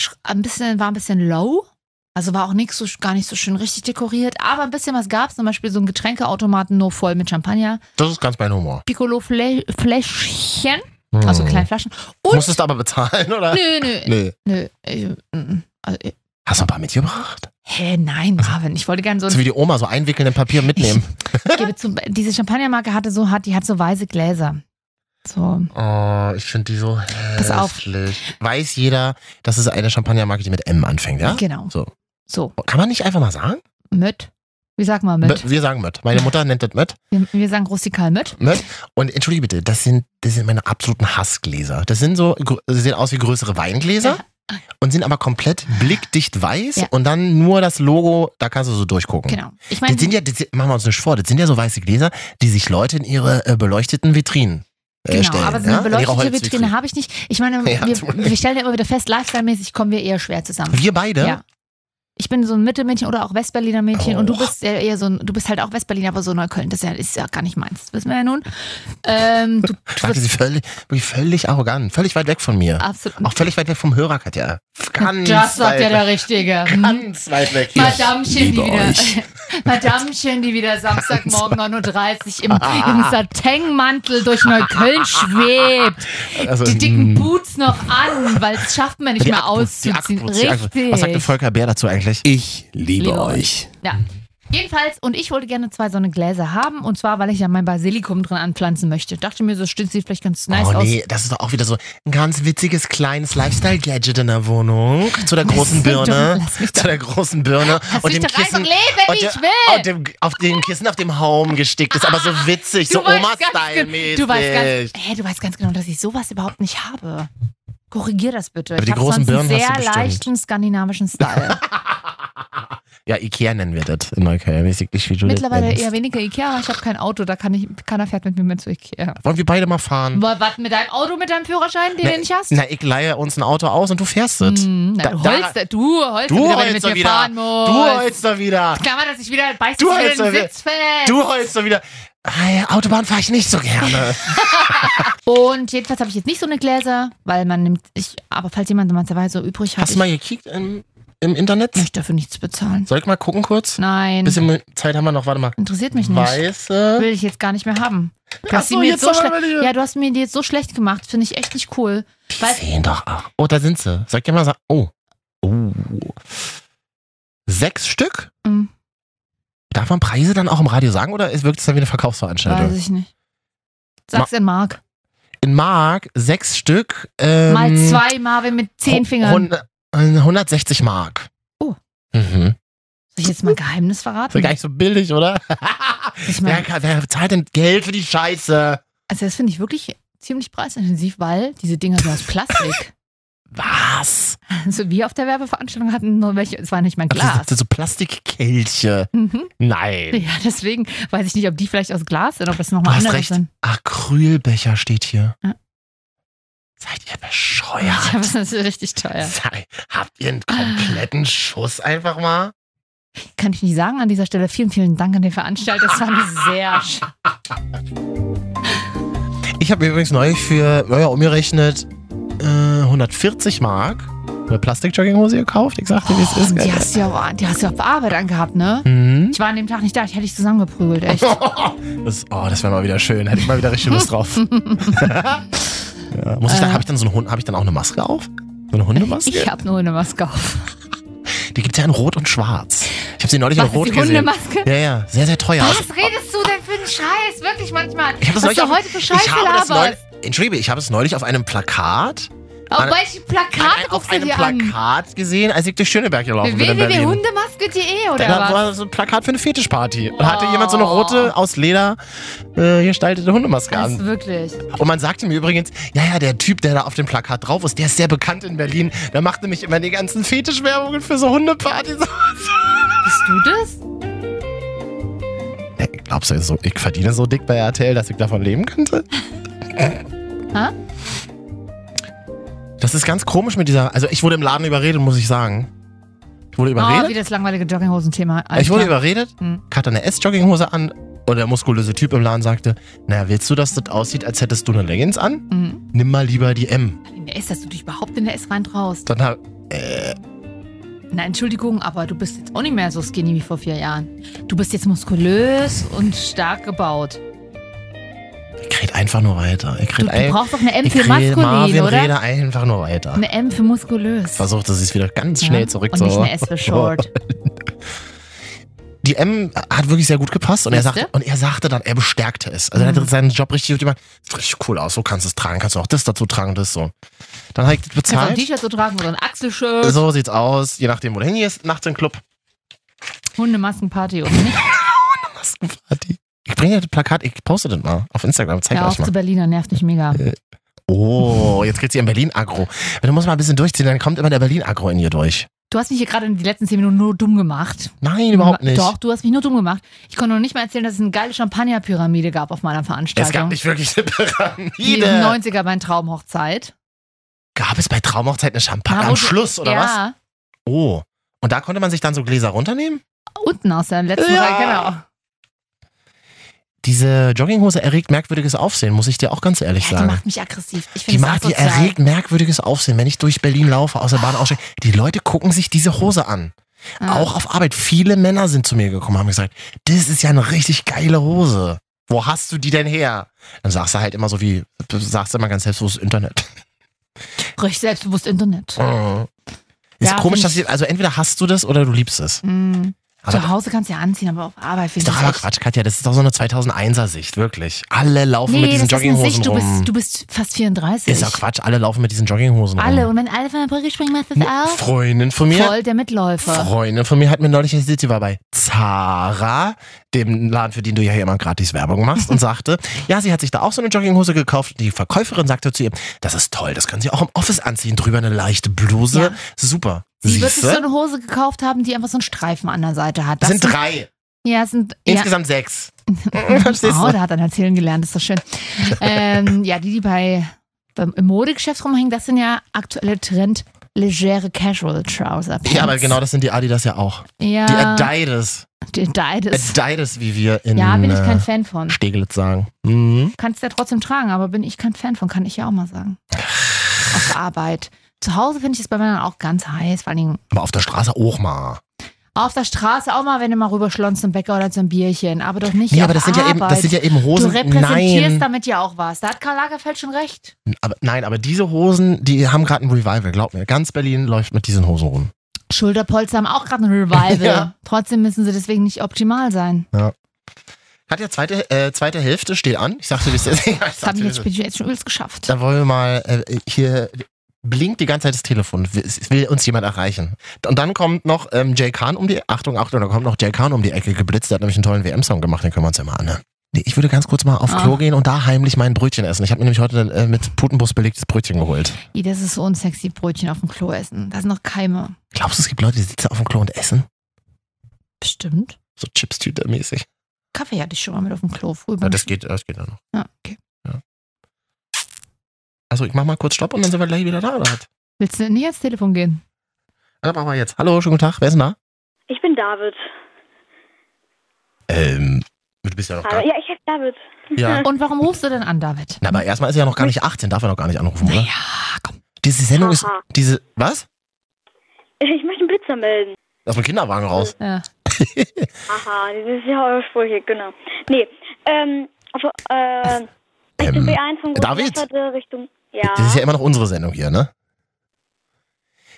Sch- Ein bisschen, war ein bisschen low. Also war auch nichts so gar nicht so schön richtig dekoriert, aber ein bisschen was gab's, zum Beispiel so einen Getränkeautomaten nur voll mit Champagner,
Das ist ganz mein Humor.
Piccolo-Fläschchen,
Hm.
also kleine Flaschen. Und
Musstest du aber bezahlen, [LAUGHS] oder?
Nö, nö,
Nee.
nö. Ich, mm, mm. also, ich,
Hast du ein paar mitgebracht?
hä, nein,
Also,
Marvin. Ich wollte gerne so.
So wie die Oma, so einwickeln in Papier mitnehmen.
Ich [LAUGHS] gebe zu, diese Champagnermarke hatte so, hat, die hat so weiße Gläser. So.
Oh, ich finde die so
Pass auf.
hässlich. Weiß jeder, dass es eine Champagnermarke, die mit M anfängt, ja?
Genau.
So.
So.
Kann man nicht einfach mal sagen?
Mit. Wie sagt man mit?
Wir sagen mit. Meine Mutter nennt das mit.
Wir, wir sagen rustikal mit.
Ne? Und entschuldige bitte, das sind, das sind meine absoluten Hassgläser. Das sind so, grö- sie sehen aus wie größere Weingläser und sind aber komplett blickdicht weiß
Ja.
und dann nur das Logo, da kannst du so durchgucken.
Genau. Ich meine,
Das sind ja, das, sind- machen wir uns nicht vor, das sind ja so weiße Gläser, die sich Leute in ihre äh, beleuchteten Vitrinen äh,
genau,
stellen.
aber so
ja? In
eine
ihre
beleuchtete
Holzvitrinen.
Vitrine habe ich nicht. Ich meine,
[LAUGHS] Ja,
wir,
tut mir
wir stellen ja immer wieder fest, lifestyle-mäßig kommen wir eher schwer zusammen.
Wir beide?
Ja. Ich bin so ein Mittelmädchen oder auch Westberliner Mädchen und du
Oh.
bist ja eher so ein, du bist halt auch Westberliner, aber so Neukölln, das ist ja, ist ja gar nicht meins, das wissen wir ja nun. Ähm, du, du
Fragte sie völlig, wirklich völlig arrogant, völlig weit weg von mir.
absolut
Auch völlig weit weg vom Hörer, Katja. Ganz
Das
weit
sagt ja der Hm.
weg.
Richtige. [LAUGHS]
Ganz weit weg. hier.
Madamchen, die
liebe
wieder, [LAUGHS]
euch.
Madamchen, die
[LAUGHS]
wieder Samstagmorgen 9.30 Uhr im, im Satingmantel durch Neukölln schwebt.
Also,
Die dicken
mh.
Boots noch an, weil das schafft man nicht mehr
Ackboots, die
auszuziehen.
Ackboots, die Ackboots.
Richtig.
Was sagt denn Volker Bär dazu eigentlich?
Ich liebe,
Liebe
euch.
ja. Jedenfalls, und ich wollte gerne zwei so eine Gläser haben, und zwar, weil ich ja mein Basilikum drin anpflanzen möchte. Dachte mir, so stimmt, sieht vielleicht ganz nice
oh
aus.
nee, das ist doch auch wieder so ein ganz witziges kleines Lifestyle-Gadget in der Wohnung. Zu der großen
Dumm,
Birne.
lass mich
Zu der großen Birne.
Lass
und
mich
dem
doch einfach
Kissen.
leben, wie
und der-
ich will.
Und dem, auf dem Kissen auf dem Hauben gestickt ist. Aber so witzig, so
Ah, weißt ganz gen-
Oma-Style-mäßig.
Du weißt ganz, hä, du weißt ganz genau, dass ich sowas überhaupt nicht habe. Korrigier das bitte.
Aber
ich
die
habe
großen
sonst einen
Birnen hast
sehr
du bestimmt.
leichten
[LAUGHS]
skandinavischen Style.
ja, Ikea nennen wir das in Neukölln. Ich sag nicht, wie du das
Mittlerweile
nennst.
eher weniger Ikea, aber ich habe kein Auto, da kann ich, keiner fährt mit mir mit zu Ikea.
Wollen wir beide mal fahren?
Wa- Was mit deinem Auto, mit deinem Führerschein, den
Na,
du nicht hast?
Na, ich leihe uns ein Auto aus und du fährst es.
Hm, na,
Da-
du
da-
holst, du holst,
Du
wieder, wenn du
holst
mit
doch
mir
wieder.
fahren
Du
musst.
holst doch wieder.
Klar, dass ich wieder beißt
Du
du wieder
holst
den
doch wieder.
Sitz fest.
Du heulst so wieder. Ah, ja, Autobahn fahre ich nicht so
[LAUGHS]
gerne.
Und jedenfalls habe ich jetzt nicht so eine Gläser, weil man nimmt, ich, aber falls jemand mal dabei so übrig hat,
Hast du
ich
mal gekickt im, im Internet?
möchte dafür nichts bezahlen.
Soll ich mal gucken kurz?
Nein,
Bisschen Zeit haben wir noch, warte mal.
interessiert mich nicht.
Weiße.
Will ich jetzt gar nicht mehr haben. hast
Ach
mir jetzt so
haben
schle-
wir die-
ja, du hast mir die jetzt so schlecht gemacht. Finde ich echt nicht cool.
Die
Weil-
sehen doch auch. Oh, da sind sie. Sag dir mal, sag- oh. oh. Sechs Stück?
Hm,
Darf man Preise dann auch im Radio sagen oder ist- wirkt es dann wie eine
weiß
Verkaufsveranstaltung?
ich nicht. Sag's in Mark.
In Mark sechs Stück. Ähm,
Mal zwei Marvin mit zehn Fingern.
hund- 160 Mark.
Oh.
Mhm.
Soll ich jetzt mal ein Geheimnis
Ist ja
verraten?
gar nicht so billig, oder? [LAUGHS]
Ich
wer,
meine,
kann- wer zahlt denn Geld für die Scheiße?
also das finde ich wirklich ziemlich preisintensiv, weil diese Dinger sind aus Plastik. [LAUGHS]
Was?
Also wir auf der Werbeveranstaltung hatten nur welche, es war nicht mein
Also, Das
Glas.
sind so Plastikkelche.
Mhm.
Nein.
Ja, deswegen weiß ich nicht, ob die vielleicht aus Glas sind, ob das
Du
nochmal
hast
andere
recht.
sind.
Acrylbecher steht hier.
Ja.
Seid ihr
Ja, aber
bescheuert?
[LAUGHS] das ist richtig teuer.
Sei, habt ihr einen kompletten Schuss einfach mal?
Kann ich nicht sagen an dieser Stelle. Vielen, vielen Dank an den Veranstalter. Das war eine sehr sch-
Ich habe übrigens neu für, naja, umgerechnet, äh, 140 Mark eine Plastik-Jogginghose gekauft. Ich sagte, wie es ist.
Und die hast du Oh, ja auch, die hast du ja auf Arbeit angehabt, ne?
Mhm.
Ich war an dem Tag nicht da, ich hätte dich
[LAUGHS]
zusammengeprügelt, echt.
Das, oh, das wäre mal wieder schön. Hätte ich mal wieder richtig Lust
[LAUGHS]
drauf. [LAUGHS] ja, muss ich dann,
Äh.
habe ich dann so einen Hund, habe ich dann auch eine Maske auf? So eine Hundemaske?
Ich habe nur eine Maske auf.
Die gibt es ja in Rot und Schwarz. Ich habe sie neulich in
Was,
Rot
die
gesehen.
Hundemaske?
Ja, ja, sehr, sehr teuer.
Was
Also,
redest du denn für einen Scheiß? Wirklich manchmal.
Ich hab das
Was
neulich
du
auf-
heute für Scheiße
ich habe das neulich,
laberst.
Entschuldige, ich habe es neulich auf einem Plakat,
Auf welchen Plakat
ein, auf
guckst du
einem
dir an?
Plakat gesehen, als ich durch Schöneberg gelaufen bin in Berlin.
www.hundemaske.de E oder
Da
was?
war so ein Plakat für eine Fetischparty. Und hatte
Oh.
jemand so eine rote, aus Leder äh, gestaltete Hundemaske
Das ist
an.
wirklich.
Und man sagte mir übrigens, ja, ja, der Typ, der da auf dem Plakat drauf ist, der ist sehr bekannt in Berlin. Der macht nämlich immer die ganzen Fetischwerbungen für so Hundepartys.
Bist du das?
Hey, Glaubst du, so, ich verdiene so dick bei RTL, dass ich davon leben könnte?
[LAUGHS] Hä?
Das ist ganz komisch mit dieser. Also, ich wurde im Laden überredet, muss ich sagen. Ich wurde
Oh,
überredet.
wie das langweilige Jogginghosen-Thema. Alles
ich wurde
klar.
überredet.
Hm.
hatte eine S-Jogginghose an und der muskulöse Typ im Laden sagte: Naja, willst du, dass das aussieht, als hättest du eine Leggings an?
Mhm.
Nimm mal lieber die M.
In der S, dass du dich überhaupt in der S rein traust.
Dann hab,
Na, Entschuldigung, aber du bist jetzt auch nicht mehr so skinny wie vor vier Jahren. Du bist jetzt muskulös und stark gebaut.
ich red einfach nur weiter. Ich
Du,
red
du
ein,
brauchst doch eine M
ich
für
rede,
maskulin,
Marvin
oder?
rede einfach nur weiter.
Eine M für muskulös.
Versucht, dass ich es wieder ganz schnell zurück
Und nicht eine S
[LAUGHS]
für short.
die M hat wirklich sehr gut gepasst und er,
Siehste?
sagte, und er sagte dann, er bestärkte es. Also er
Mhm.
hat seinen Job richtig gut gemacht. Sieht richtig cool aus, so kannst du es tragen, kannst du auch das dazu tragen und das so. Dann habe ich das
Kannst du ein
bezahlt.
T-Shirt so tragen oder ein
[LAUGHS]
Achselshirt,
So sieht's aus, je nachdem, wo du hingehst, nachts im Club.
Hundemaskenparty oder
Halt
nicht?
Maskenparty. Ich bringe dir das Plakat, ich poste das mal auf Instagram, zeig
Ja,
euch
auf
mal.
zu Berliner, nervt mich mega.
Oh, jetzt kriegt sie in Berlin Agro. Du musst mal ein bisschen durchziehen, dann kommt immer der Berlin Agro in ihr durch.
Du hast mich hier gerade in die letzten zehn Minuten nur dumm gemacht.
Nein, überhaupt nicht.
Doch, du hast mich nur dumm gemacht. Ich konnte noch nicht mal erzählen, dass es eine geile Champagnerpyramide gab auf meiner Veranstaltung.
Es gab nicht wirklich eine
die im
Pyramide.
90er bei Traumhochzeit.
Gab es bei Traumhochzeit eine Champagner
Ja, wo
am
du-
Schluss, oder was?
ja,
Oh. Und da konnte man sich dann so Gläser runternehmen?
unten aus der letzten
Ja.
Reihe, genau.
Diese Jogginghose erregt merkwürdiges Aufsehen, muss ich dir auch ganz ehrlich
Ja, die
sagen.
macht mich aggressiv. Ich
Die,
finde
mag, die erregt merkwürdiges Aufsehen, wenn ich durch Berlin laufe, aus der Bahn aussteige. Die Leute gucken sich diese Hose an.
Ah.
Auch auf Arbeit. Viele Männer sind zu mir gekommen, haben gesagt, das ist ja eine richtig geile Hose. Wo hast du die denn her? Dann sagst du halt immer so wie, du sagst immer ganz selbstbewusst
[LAUGHS]
Internet.
Richtig selbstbewusst Internet.
Mhm. Ist
Ja,
komisch,
find
dass ich, also entweder hast du das oder du liebst es.
Mhm.
Aber-
Zu Hause kannst du ja anziehen, aber auf Arbeit
Ist
finde ich.
doch aber
echt-
Quatsch, Katja, das ist doch so eine 2001er Sicht, wirklich. Alle laufen mit
Nee,
diesen
das ist eine
Jogginghosen
Sicht, du
rum.
bist, du bist fast 34.
Ist ja Quatsch, alle laufen mit diesen Jogginghosen
Alle.
rum.
Und wenn alle von der Brücke springen, machst du es
Eine
auch.
Freundin von mir,
Voll der Mitläufer.
Freundin von mir hat mir neulich erzählt, sie war bei Zara, dem Laden, für den du ja hier immer gratis Werbung machst,
[LAUGHS]
und sagte, ja, sie hat sich da auch so eine Jogginghose gekauft. Die Verkäuferin sagte zu ihr, das ist toll, das können sie auch im Office anziehen, drüber eine leichte Bluse.
Ja.
Super.
Sie wird sich so
Siehste?
eine Hose gekauft haben, die einfach so einen Streifen an der Seite hat.
Das sind drei,
Ja, es sind ja,
insgesamt
[LAUGHS]
sechs. [LAUGHS] Verstehst
Oh,
du?
da hat er erzählen gelernt, ist
[LAUGHS]
doch schön. ähm, ja, die, die bei, beim, im Modegeschäft rumhängen, das sind ja aktuelle Trend legere Casual Trouser. Pants.
Ja, aber genau das sind die Adidas ja auch.
Ja,
Die Adidas.
die Adidas.
Adidas, wie wir in
Ja, bin ich kein
äh,
Fan von.
Steglitz sagen. Mhm.
Kannst ja trotzdem tragen, aber bin ich kein Fan von, kann ich ja auch mal sagen. Auf der Arbeit. Zu Hause finde ich es bei Männern auch ganz heiß, vor allem
Aber auf der Straße auch mal.
Auf der Straße auch mal, wenn du mal rüberschlonst zum Bäcker oder zum Bierchen, aber doch nicht.
Ja,
auf
aber das sind ja eben, das
Arbeit.
sind ja eben Hosen.
Du repräsentierst
Nein,
damit ja auch was. Da hat Karl Lagerfeld schon recht.
aber, nein, aber diese Hosen, die haben gerade ein Revival, glaub mir. Ganz Berlin läuft mit diesen Hosen rum.
Schulterpolster haben auch gerade ein Revival.
[LAUGHS] Ja.
Trotzdem müssen sie deswegen nicht optimal sein.
Katja, zweite, äh, zweite Hälfte steht an. Ich sagte, das ist [LAUGHS]
Das habe ich jetzt, bin ich jetzt schon übelst geschafft.
Da wollen wir mal äh, hier blinkt die ganze Zeit das Telefon. Es will uns jemand erreichen. Und dann kommt noch ähm, Jay Kahn um die Achtung, Achtung, da kommt noch Jay Kahn um die Ecke geblitzt. Der hat nämlich einen tollen WM-Song gemacht, den können wir uns ja mal anhören. Nee, ich würde ganz kurz mal auf
Ah.
Klo gehen und da heimlich mein Brötchen essen. Ich habe mir nämlich heute äh, mit Putenbus belegtes Brötchen geholt.
Ih, das ist so unsexy, Brötchen auf dem Klo essen. Da sind noch Keime.
Glaubst du, es gibt Leute, die sitzen auf dem Klo und essen?
Bestimmt.
So Chips-Tüte-mäßig.
Kaffee hatte ich schon mal mit auf dem Klo früh.
Ja,
beim
das geht, das geht ja noch.
Ja, okay.
Also ich mach mal kurz Stopp und dann sind wir gleich wieder da. Oder? was?
Willst du nicht ans Telefon gehen?
Dann machen wir jetzt. Hallo, schönen guten Tag. Wer ist denn da?
Ich bin David.
Ähm, du bist ja noch
Hallo. Ja, ich heiße David.
Ja.
Und warum rufst du denn an, David?
Na, aber erstmal ist er ja noch gar nicht 18, darf er noch gar nicht anrufen, oder?
Naja, komm.
Diese Sendung ist.
Haha.
Diese. Was?
Ich möchte einen Blitzer melden.
Aus dem Kinderwagen raus.
Ja.
Aha, das ist ja euer Spruch hier, genau. Nee, ähm, auf, äh, Richtung
Ähm,
B1 von
David?
Großwasser, Richtung, ja,
Das ist ja immer noch unsere Sendung hier, ne?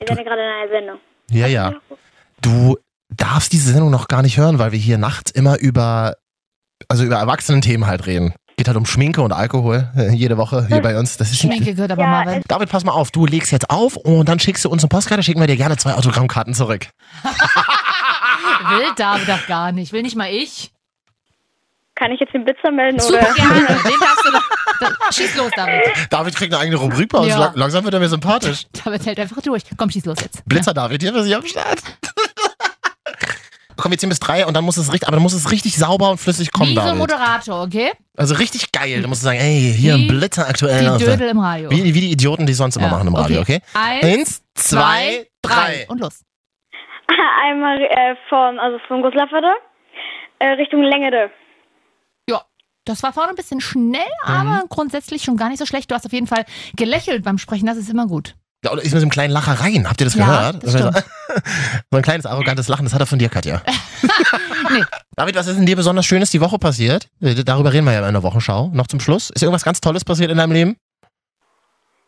wir sind ja gerade in einer Sendung.
Ja, ja. Du darfst diese Sendung noch gar nicht hören, weil wir hier nachts immer über. Also über Erwachsenenthemen halt reden. Geht halt um Schminke und Alkohol äh, jede Woche
Hm.
hier bei uns. Das ist
Schminke gehört aber
Ja,
mal weg.
David, pass mal auf. Du legst jetzt auf und dann schickst du uns eine Postkarte, schicken wir dir gerne zwei Autogrammkarten zurück.
Will David doch gar nicht. Will nicht mal ich.
Kann ich jetzt den Blitzer melden,
Super
oder?
gerne. Den darfst du doch. Da, schieß los, David.
David kriegt eine eigene Rubrik bei uns.
Ja.
Lang- Langsam wird er mir sympathisch.
David hält einfach durch. Komm, schieß los jetzt.
Blitzer David, hier bist du am
[LAUGHS]
Start. Komm, wir ziehen bis drei und dann muss es richtig, aber dann muss es richtig sauber und flüssig kommen,
Wie so ein
David.
Moderator, okay?
Also richtig geil. Du musst sagen, ey, hier
Wie
ein Blitzer aktuell.
Die
auf der-
Dödel im Radio.
wie, die- wie die Idioten, die es sonst immer
Ja,
machen im Radio, okay?
Eins,
Eins, zwei, drei.
Und los.
[LAUGHS] Einmal, äh, von, also von Großwasser, äh, Richtung Längede.
Ja, das war vorne ein bisschen schnell,
Mhm.
aber grundsätzlich schon gar nicht so schlecht. Du hast auf jeden Fall gelächelt beim Sprechen, das ist immer gut.
Ja, oder ist mit so einem kleinen Lacher rein. Habt ihr das
Ja,
gehört?
das
so
stimmt.
[LAUGHS] so ein kleines arrogantes Lachen, das hat er von dir, Katja.
[LAUGHS] Nee.
David, was ist denn dir besonders Schönes die Woche passiert? Äh, Darüber reden wir ja in der Wochenschau. Noch zum Schluss. Ist irgendwas ganz Tolles passiert in deinem Leben?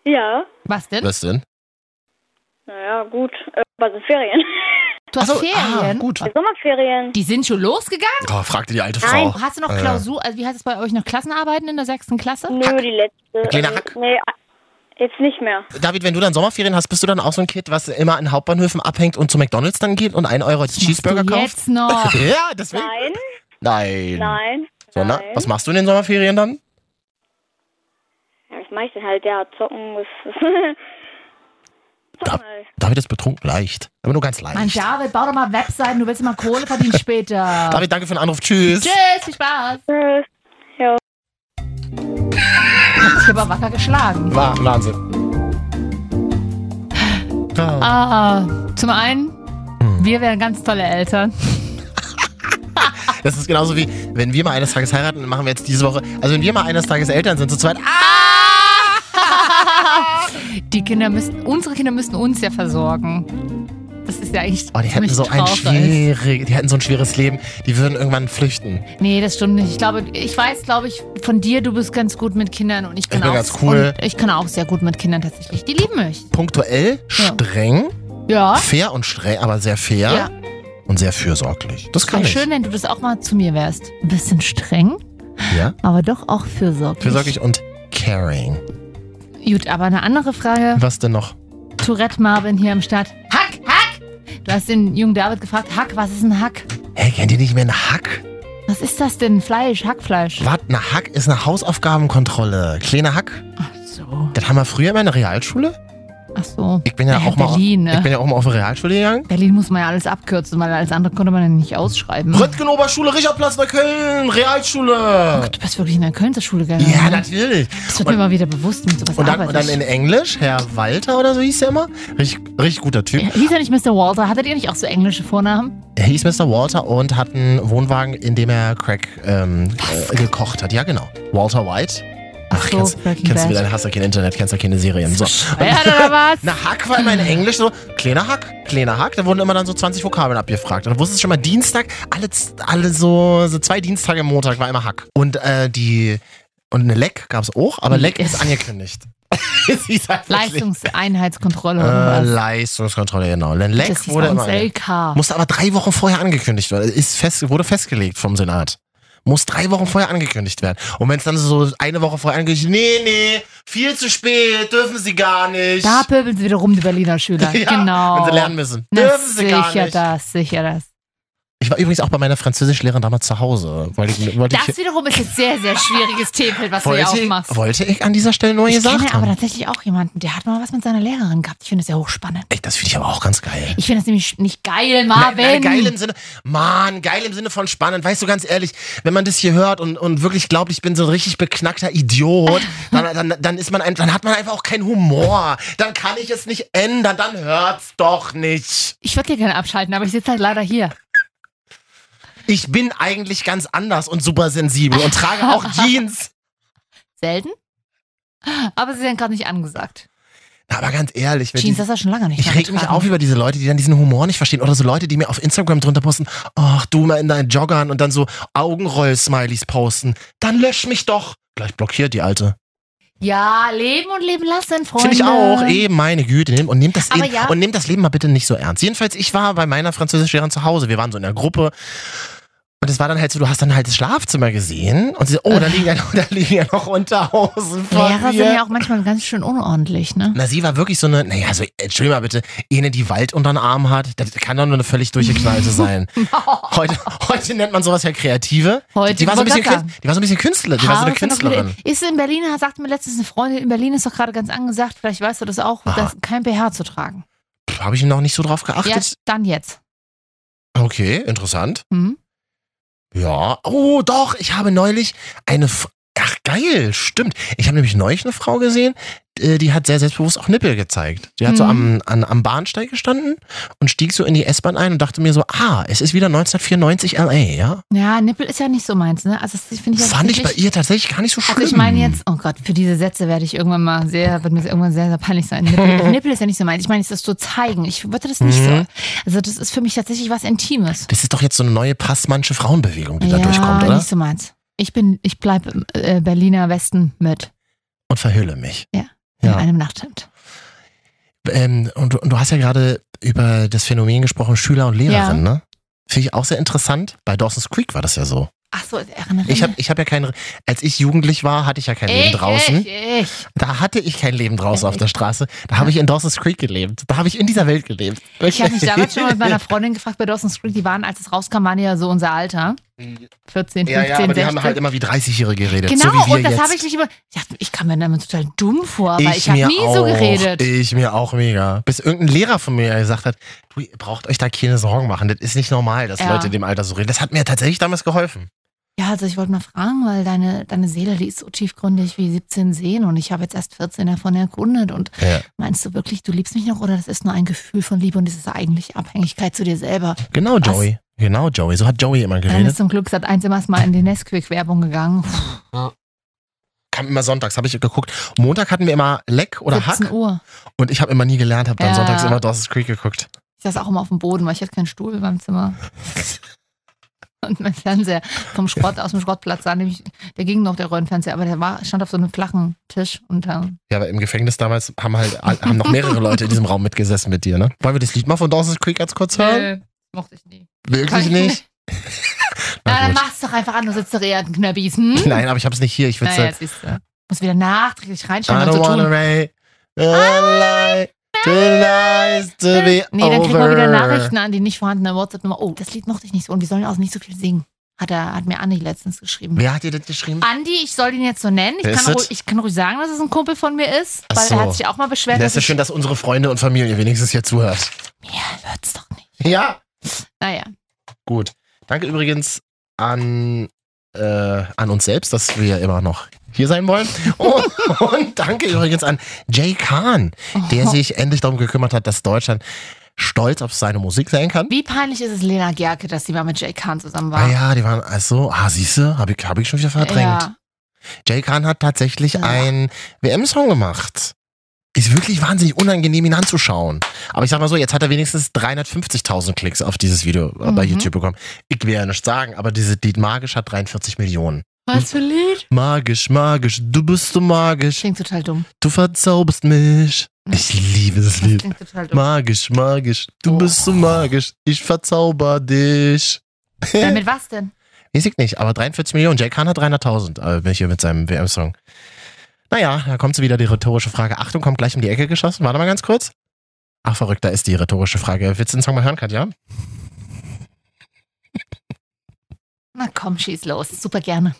Ja,
Was denn?
Was denn?
naja, gut, äh, was sind Ferien?
Du hast
Ach so,
Ferien.
Ah, gut.
[LAUGHS] Sommerferien.
Die sind schon losgegangen?
Oh, fragte die alte
Nein.
Frau.
Hast du noch
Äh.
Klausur, also wie heißt es bei euch noch Klassenarbeiten in der sechsten Klasse?
Nö, die letzte.
Kleiner
äh,
Hack.
Nee, äh, jetzt nicht mehr.
David, wenn du dann Sommerferien hast, bist du dann auch so ein Kind, was immer an Hauptbahnhöfen abhängt und zu McDonalds dann geht und einen Euro Cheeseburger
Machst du
kauft?
Jetzt
[LAUGHS]
noch.
Ja, deswegen.
Nein,
Nein.
nein,
Sondern,
nein.
was machst du in den Sommerferien dann?
Ja, was mach ich denn halt? Ja, zocken [LAUGHS] ist. Zocken
Da-
halt.
David ist betrunken leicht. Aber nur ganz leicht.
Mann, David, bau doch mal Webseiten, du willst immer Kohle verdienen später.
David, danke für den Anruf. Tschüss.
Tschüss, viel Spaß.
Tschüss.
Ich habe wacker geschlagen.
War Wahnsinn. Ah.
Ah, zum einen,
Hm.
wir wären ganz tolle
[LAUGHS]
Eltern.
Das ist genauso wie, wenn wir mal eines Tages heiraten, dann machen wir jetzt diese Woche. Also, wenn wir mal eines Tages Eltern sind, zu zweit. Ah!
Die Kinder müssten, unsere Kinder müssten uns ja versorgen. Das ist ja eigentlich
Oh, die hätten
ziemlich
so ein
traurig.
schwierig, die hätten so ein schweres Leben. Die würden irgendwann flüchten.
Nee, das stimmt nicht. Ich glaube, ich weiß, glaube ich, von dir, du bist ganz gut mit Kindern und ich kann
bin
auch
ganz cool.
und ich kann auch sehr gut mit Kindern tatsächlich. Die lieben mich.
Punktuell,
Ja.
streng,
Ja.
fair und streng, aber sehr fair
Ja.
und sehr fürsorglich. Das kann
Wäre
ich.
schön, wenn du das auch mal zu mir wärst. Ein bisschen streng,
Ja?
aber doch auch fürsorglich.
Fürsorglich und caring.
Äh. Gut, aber eine andere Frage.
Was denn noch?
Tourette Marvin hier im Start. Hack, Hack! Du hast den jungen David gefragt, Hack, was ist ein Hack?
Hä, kennt ihr nicht mehr einen Hack?
Was ist das denn? Fleisch, Hackfleisch.
Was? Eine Hack ist eine Hausaufgabenkontrolle. Kleiner Hack.
Ach so.
Das haben wir früher immer in der Realschule.
Ach so.
Ich bin ja,
Ja,
auch mal.
Berlin, ne?
Ich bin ja auch mal auf eine Realschule gegangen.
Berlin muss man ja alles abkürzen, weil alles andere konnte man ja nicht ausschreiben.
Röntgenoberschule, Richardplatz, Neukölln, Realschule.
Du bist wirklich in der Kölner Schule gegangen.
Ja,
ne?
natürlich.
Das wird mir mal wieder bewusst, mit sowas
Und dann, und
arbeite
dann in
ich.
Englisch, Herr Walter oder so hieß der immer. Richtig, richtig guter Typ.
Hieß er nicht Mr. Walter? Hattet ihr nicht auch so englische Vornamen?
Er hieß Mr. Walter und hat einen Wohnwagen, in dem er Crack ähm, äh, gekocht hat. Ja, genau. Walter White. Ach,
so,
kennst,
Breaking
kennst du
Bad.
wieder, hast du kein Internet, kennst du keine Serien. So.
Ja, oder was?
[LAUGHS] Na, Hack war immer in Englisch so, kleiner Hack, kleiner Hack. Da wurden immer dann so 20 Vokabeln abgefragt. Und dann wusstest du schon mal Dienstag, alle, z- alle so, so zwei Dienstage im Montag war immer Hack. Und äh, die, und eine Leck gab's auch, aber Leck
Yes.
ist angekündigt. [LAUGHS] Sie ist halt wirklich-
Leistungseinheitskontrolle
Äh,
oder was?
Leistungskontrolle, genau. Denn Leck
Das hieß
wurde
bei uns
immer ange-
LK.
Musste aber drei Wochen vorher angekündigt werden. Ist fest, wurde festgelegt vom Senat. Muss drei Wochen vorher angekündigt werden. Und wenn es dann so eine Woche vorher angekündigt nee, nee, viel zu spät, dürfen sie gar nicht.
Da pöbeln sie wieder rum, die Berliner
[LAUGHS]
Schüler.
Ja,
genau.
Wenn sie lernen müssen.
Na,
Dürfen sie gar
sicher
nicht.
das, sicher das.
Ich war übrigens auch bei meiner Französischlehrerin damals zu Hause. Wollte ich, wollte
Das
ich,
wiederum ist ein sehr, sehr schwieriges Themenfeld, was du hier
wollte,
aufmachst.
ich, wollte ich an dieser Stelle nur
Ich
gesagt
kenne aber
haben.
tatsächlich auch jemanden, der hat mal was mit seiner Lehrerin gehabt. Ich finde das ja hochspannend.
Ey, das finde ich aber auch ganz geil.
Ich finde das nämlich nicht
Nein,
geil, Marvin.
nein, geil im Sinne, Mann, geil im Sinne von spannend. Weißt du, ganz ehrlich, wenn man das hier hört und, und wirklich glaubt, ich bin so ein richtig beknackter Idiot,
[LAUGHS]
dann, dann, dann, ist man ein, dann hat man einfach auch keinen Humor. Dann kann ich es nicht ändern, dann hört's doch nicht.
Ich würde dir gerne abschalten, aber ich sitze halt leider hier.
Ich bin eigentlich ganz anders und super sensibel und trage
[LAUGHS]
auch Jeans.
Selten. Aber sie sind gerade nicht angesagt.
Na, Aber ganz ehrlich, wenn
Jeans,
die-
das ist ja schon lange nicht
ich
mehr
reg mich
getragen.
auf über diese Leute, die dann diesen Humor nicht verstehen. Oder so Leute, die mir auf Instagram drunter posten, ach du mal in deinen Joggern und dann so Augenroll-Smileys posten. Dann lösch mich doch. Gleich blockiert die Alte.
Ja, leben und leben lassen, Freunde.
Finde ich auch. Eben, meine Güte. Nehmt, und, nehmt das
Aber
eben,
ja.
und nehmt das Leben mal bitte nicht so ernst. Jedenfalls, ich war bei meiner Französischlehrerin zu Hause. Wir waren so in der Gruppe. Und es war dann halt so, du hast dann halt das Schlafzimmer gesehen. Und sie so, oh, da liegen ja noch, da liegen ja noch Unterhosen von mir.
Lehrer sind ja auch manchmal ganz schön
[LAUGHS]
unordentlich, ne?
Na, sie war wirklich so eine, naja, also, entschuldige mal bitte, eine, die Wald unter den Arm hat, das kann doch nur eine völlig durchgeknallte
[LAUGHS]
sein. heute, heute nennt man sowas ja Kreative.
Heute
die, war so ein bisschen,
wollte ich sagen.
Kün- die war so ein bisschen Künstler, die war so eine
Haare sind doch
Künstlerin.
wieder- Ist in Berlin, sagt mir letztens eine Freundin, in Berlin ist doch gerade ganz angesagt, vielleicht weißt du das auch,
Aha.
das, kein BH zu tragen.
Habe ich noch nicht so drauf
ja,
geachtet.
dann jetzt.
Okay, interessant.
Hm?
Ja. Oh, doch, ich habe neulich eine, F ach geil, stimmt. Ich habe nämlich neulich eine Frau gesehen, äh, die hat sehr selbstbewusst auch Nippel gezeigt. Die hat so am,
Mhm.
an, am Bahnsteig gestanden und stieg so in die S-Bahn ein und dachte mir so, ah, es ist wieder 1994 LA, ja?
Ja, Nippel ist ja nicht so meins, ne? Also das finde ich ja
Fand ich bei
wirklich-
ihr tatsächlich gar nicht so schlimm.
Also ich meine jetzt, oh Gott, für diese Sätze werde ich irgendwann mal sehr, wird mir irgendwann sehr, sehr peinlich
[LAUGHS]
sein. Nippel, Nippel ist ja nicht so meins. Ich meine, es ist so zeigen. Ich würde das nicht
Mhm.
so. Also das ist für mich tatsächlich was Intimes.
Das ist doch jetzt so eine neue passmannsche Frauenbewegung, die
ja,
da durchkommt, oder?
nicht so meins. Ich bin, ich bleibe im äh, Berliner Westen mit.
Und verhülle mich.
Ja. In
ja.
einem Nachthemd.
Ähm, und, du- und du hast ja gerade über das Phänomen gesprochen, Schüler und Lehrerin, ne? Finde ich auch sehr interessant. Bei Dawson's Creek war das ja so.
Ach so, erinnere
Ich habe ich hab ja kein, als ich jugendlich war, hatte ich ja kein Leben draußen.
Ich, ich.
Da hatte ich kein Leben draußen
Ja,
auf
ich-
der Straße. Da habe ich in Dawson's Creek gelebt. Da habe ich in dieser Welt gelebt.
ich habe
[LAUGHS]
mich damals schon mal mit meiner Freundin gefragt bei Dawson's Creek. Die waren, als es rauskam, waren die ja so unser Alter. 14, 15,
Ja, ja, aber
16.
die haben halt immer wie 30-Jährige geredet.
Genau,
so wie wir
und das
jetzt.
habe ich nicht immer. Ich, dachte, ich kam mir damit total dumm vor, aber ich, habe
mir
nie so
auch.
geredet.
Ich mir auch mega. Bis irgendein Lehrer von mir gesagt hat, du ihr braucht euch da keine Sorgen machen. Das ist nicht normal, dass
Ja.
Leute in dem Alter so reden. Das hat mir tatsächlich damals geholfen.
Ja, also ich wollte mal fragen, weil deine, deine Seele, die ist so tiefgründig wie 17 Seen und ich habe jetzt erst 14 davon erkundet. Und
Ja.
meinst du wirklich, du liebst mich noch oder das ist nur ein Gefühl von Liebe und das ist eigentlich Abhängigkeit zu dir selber?
Genau,
Was?
Joey. Genau, Joey. So hat Joey immer
Dann
geredet.
ist zum Glück seit eins immer mal in die Nesquik-Werbung gegangen. Puh,
Kam immer sonntags, habe ich geguckt. Montag hatten wir immer Leck oder
17
Hack.
Uhr.
Und ich habe immer nie gelernt, habe dann
Ja.
sonntags immer Dawson's Creek geguckt.
Ich saß auch immer auf dem Boden, weil ich hatte keinen Stuhl beim Zimmer. Und mein Fernseher vom Schrott aus dem Schrottplatz sah nämlich, der ging noch der Röhrenfernseher, aber der war, stand auf so einem flachen Tisch und ähm, dann,
Ja, aber im Gefängnis damals haben halt haben noch mehrere Leute in diesem Raum mitgesessen mit dir, ne? Wollen wir das Lied mal von Dawson's Creek ganz kurz hören?
Nö, mochte ich Äh, nie.
Wirklich nicht?
Na,
[LAUGHS] Na
dann
gut.
mach's doch einfach an, du sitzt doch eher ein Knöppis. Hm?
Nein, aber ich habe es nicht hier. Ich würde
Naja, jetzt ist äh, Muss wieder nachträglich
I
reinschreiben und
don't
so
wanna
tun.
ray lie. Tonight's to be
Nee, dann kriegt
over.
man wieder Nachrichten an die nicht vorhandene WhatsApp-Nummer. Oh, das Lied mochte ich nicht so und wir sollen auch nicht so viel singen. Hat, er, hat mir Andi letztens geschrieben.
Wer hat dir das geschrieben?
Andi, ich soll ihn jetzt so nennen. Ich
Wer ist
kann,
das?
ruhig, ich kann ruhig sagen, dass es ein Kumpel von mir ist,
Ach
weil
so.
er hat sich auch mal beschwert,
Das ist ja
dass
schön, dass unsere Freunde und Familie wenigstens hier zuhört.
ich, mir hört's doch nicht.
Ja.
Naja,
Gut. Danke übrigens an, äh, an uns selbst, dass wir immer noch hier sein wollen. [LAUGHS] Und, und danke übrigens an Jay Kahn, der sich endlich darum gekümmert hat, dass Deutschland stolz auf seine Musik sein kann.
[LAUGHS] wie peinlich ist es Lena Gerke, dass sie mal mit Jay Kahn zusammen war?
Ah ja, die waren also, ah siehste, habe ich, hab ich schon wieder verdrängt.
Ja.
Jay Khan hat tatsächlich
Ja.
einen WM-Song gemacht. Ist wirklich wahnsinnig unangenehm, ihn anzuschauen. Aber ich sag mal so, jetzt hat er wenigstens 350.000 Klicks auf dieses Video äh, bei
Mhm.
YouTube bekommen. Ich will ja nicht sagen, aber diese Lied Magisch hat 43 Millionen.
Was für ein Lied?
Magisch, magisch, du bist so magisch,
Klingt total dumm.
du verzauberst mich. Ich liebe das
Das
Lied.
klingt total dumm.
Magisch, magisch, du
Oh.
bist so magisch, ich verzauber dich.
Ja, mit was denn?
Weiß ich nicht, aber 43 Millionen. Jay Khan hat 300.000, äh, bin ich hier mit seinem WM-Song. Naja, da kommt sie wieder, die rhetorische Frage. Achtung, kommt gleich um die Ecke geschossen. Warte mal ganz kurz. Ach, verrückt, da ist die rhetorische Frage. Willst du den Song mal hören, Katja?
Na komm, schieß los. Super gerne.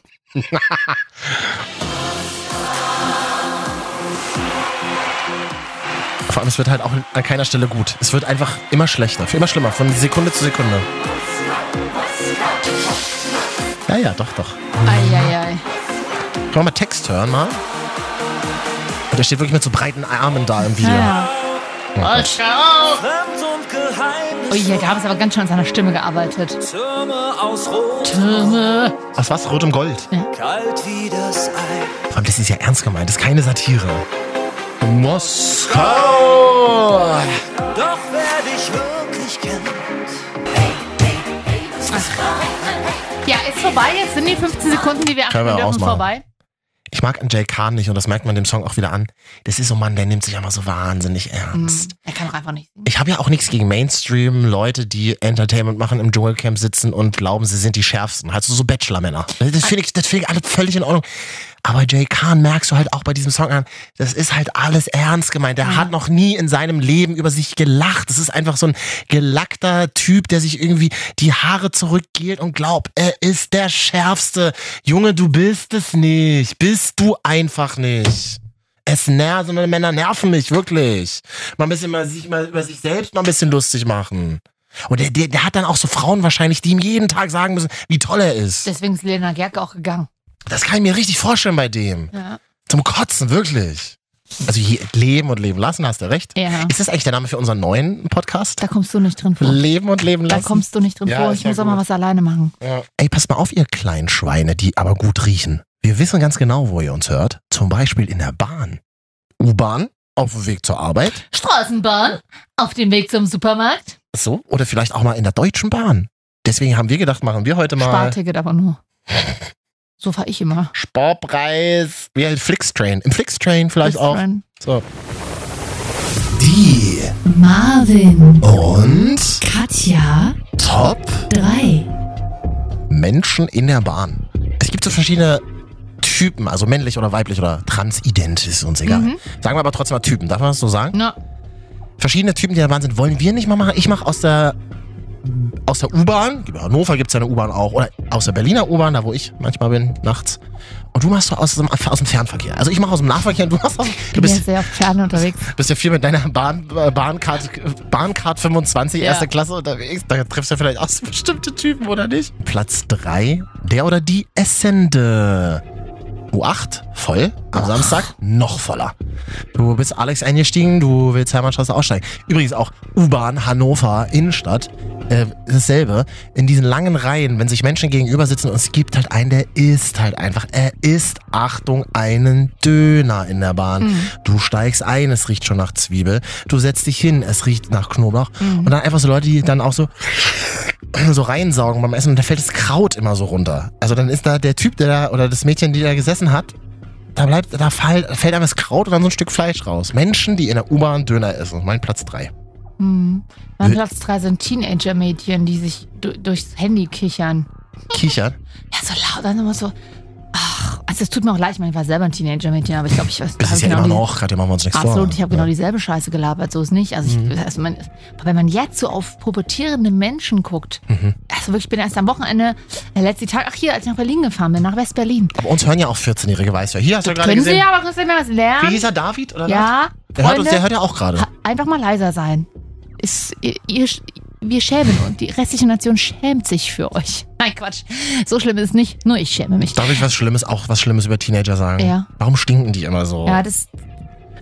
Vor allem, es wird halt auch an keiner Stelle gut. Es wird einfach immer schlechter, immer schlimmer, von Sekunde zu Sekunde. Ja, ja, doch, doch.
Eieiei.
Können wir mal Text hören, mal? Und der steht wirklich mit so breiten Armen da im Video.
Ja.
Oh Gott.
Oh ja, da haben sie aber ganz schön an seiner Stimme gearbeitet.
Türme aus Rot,
Stimme.
Aus was? Rotem Gold.
kalt wie das Eis.
Vor allem, das ist ja ernst gemeint, das ist keine Satire. Moskau!
Doch wer dich wirklich kennt,
Ja, ist vorbei. Jetzt sind die 15 Sekunden, die wir achten
Können wir
dürfen,
ausmachen.
vorbei.
Ich mag an Jay Kahn nicht und das merkt man dem Song auch wieder an. Das ist so ein Mann, der nimmt sich immer so wahnsinnig ernst.
Hm, Er kann doch einfach nicht singen.
Ich habe ja auch nichts gegen Mainstream, Leute, die Entertainment machen, im Dschungelcamp sitzen und glauben, sie sind die Schärfsten. Halt so, so Bachelor-Männer. Das finde ich, das finde ich alle völlig in Ordnung. Aber Jay Kahn merkst du halt auch bei diesem Song an, das ist halt alles ernst gemeint. Der hat noch nie in seinem Leben über sich gelacht. Das ist einfach so ein gelackter Typ, der sich irgendwie die Haare zurückgeht und glaubt, er ist der Schärfste. Junge, du bist es nicht. Bist du einfach nicht. Es nervt, sondern Männer nerven mich, wirklich. Mal ein bisschen mal sich mal über sich selbst mal ein bisschen lustig machen. Und der, der, der hat dann auch so Frauen wahrscheinlich, die ihm jeden Tag sagen müssen, wie toll er ist.
Deswegen ist Lena Gerke auch gegangen.
Das kann ich mir richtig vorstellen bei dem.
Ja.
Zum Kotzen, wirklich. Also je, leben und leben lassen, hast du recht.
ja.
Ist das eigentlich der Name für unseren neuen Podcast?
Da kommst du nicht drin vor.
Leben und leben
Da
lassen.
kommst du nicht drin
Ja,
vor.
ist
Ich
ja
muss auch mal
gut.
was alleine machen.
Ja. Ey, passt mal auf, ihr kleinen Schweine, die aber gut riechen. Wir wissen ganz genau, wo ihr uns hört. Zum Beispiel in der Bahn. U-Bahn, auf dem Weg zur Arbeit.
Straßenbahn, auf dem Weg zum Supermarkt.
So, oder vielleicht auch mal in der Deutschen Bahn. Deswegen haben wir gedacht, machen wir heute mal
Sparticket aber nur. So fahre ich immer.
Sportpreis. Wie halt Flixtrain. Im Flixtrain vielleicht auch.
Friend.
So. Die
Marvin,
und
Katja,
Top
3.
Menschen in der Bahn. Es gibt so verschiedene Typen, also männlich oder weiblich oder transident, ist uns egal.
Mhm.
Sagen wir aber trotzdem mal Typen, darf man das so sagen?
Na,
Verschiedene Typen, die in der Bahn sind, wollen wir nicht mal machen. Ich mache aus der aus der U-Bahn, über Hannover gibt es ja eine U-Bahn auch, oder aus der Berliner U-Bahn, da wo ich manchmal bin, nachts. Und du machst so aus dem, aus dem Fernverkehr. Also ich mache aus dem Nahverkehr und du machst aus dem,
ich
du
bin ja
bist,
sehr fern unterwegs.
[LAUGHS] bist ja viel mit deiner Bahn, äh, Bahncard, Bahncard 25,
Ja.
erste Klasse unterwegs. Da triffst du vielleicht auch so bestimmte Typen, oder nicht? Platz 3, der oder die Essende. U8, voll. Am Samstag noch voller. Du bist Alex eingestiegen, du willst Hermannstraße aussteigen. Übrigens auch U-Bahn, Hannover, Innenstadt, äh, dasselbe. In diesen langen Reihen, wenn sich Menschen gegenüber sitzen und es gibt halt einen, der isst halt einfach. Er isst, Achtung, einen Döner in der Bahn. Du steigst ein, es riecht schon nach Zwiebel. Du setzt dich hin, es riecht nach Knoblauch. Und dann einfach so Leute, die dann auch so so reinsaugen beim Essen und da fällt das Kraut immer so runter. Also dann ist da der Typ, der da, oder das Mädchen, die da gesessen hat, da bleibt, da fall, fällt einem das Kraut und dann so ein Stück Fleisch raus. Menschen, die in der U-Bahn Döner essen. Mein Platz 3.
Hm. Mein
Äh.
Platz 3 sind Teenager-Mädchen, die sich du durchs Handy kichern.
Kichern.
Ja, so laut, dann immer so. Ach, also es tut mir auch leid, ich meine, ich war selber ein Teenager-Mädchen, aber ich glaube, ich weiß
Das
hab
ist
ich genau
ja immer
die-
noch, gerade machen wir uns nichts vor.
Absolut, ich habe genau
Ja. Mhm.
dieselbe Scheiße gelabert, so ist nicht. Also, ich, also man, aber wenn man jetzt so auf pubertierende Menschen guckt,
Mhm.
also wirklich, ich bin erst am Wochenende, der letzte Tag, ach hier, als ich nach Berlin gefahren bin, nach West-Berlin.
Aber uns hören ja auch 14-Jährige, weißt du. Hier hast du ja gerade
Können Sie
gesehen.
ja aber trotzdem mal was
Wie
lernen.
hieß er, David? Oder was?
Ja,
Der hört, uns, der
Freunde,
hört ja auch gerade.
ha- einfach mal leiser sein. Ist, ihr, ihr, wir schämen uns, die restliche Nation schämt sich für euch. [LAUGHS] Nein, Quatsch, so schlimm ist es nicht, nur ich schäme mich.
Darf ich was Schlimmes, auch was Schlimmes über Teenager sagen?
Ja.
Warum stinken die immer so?
Ja, das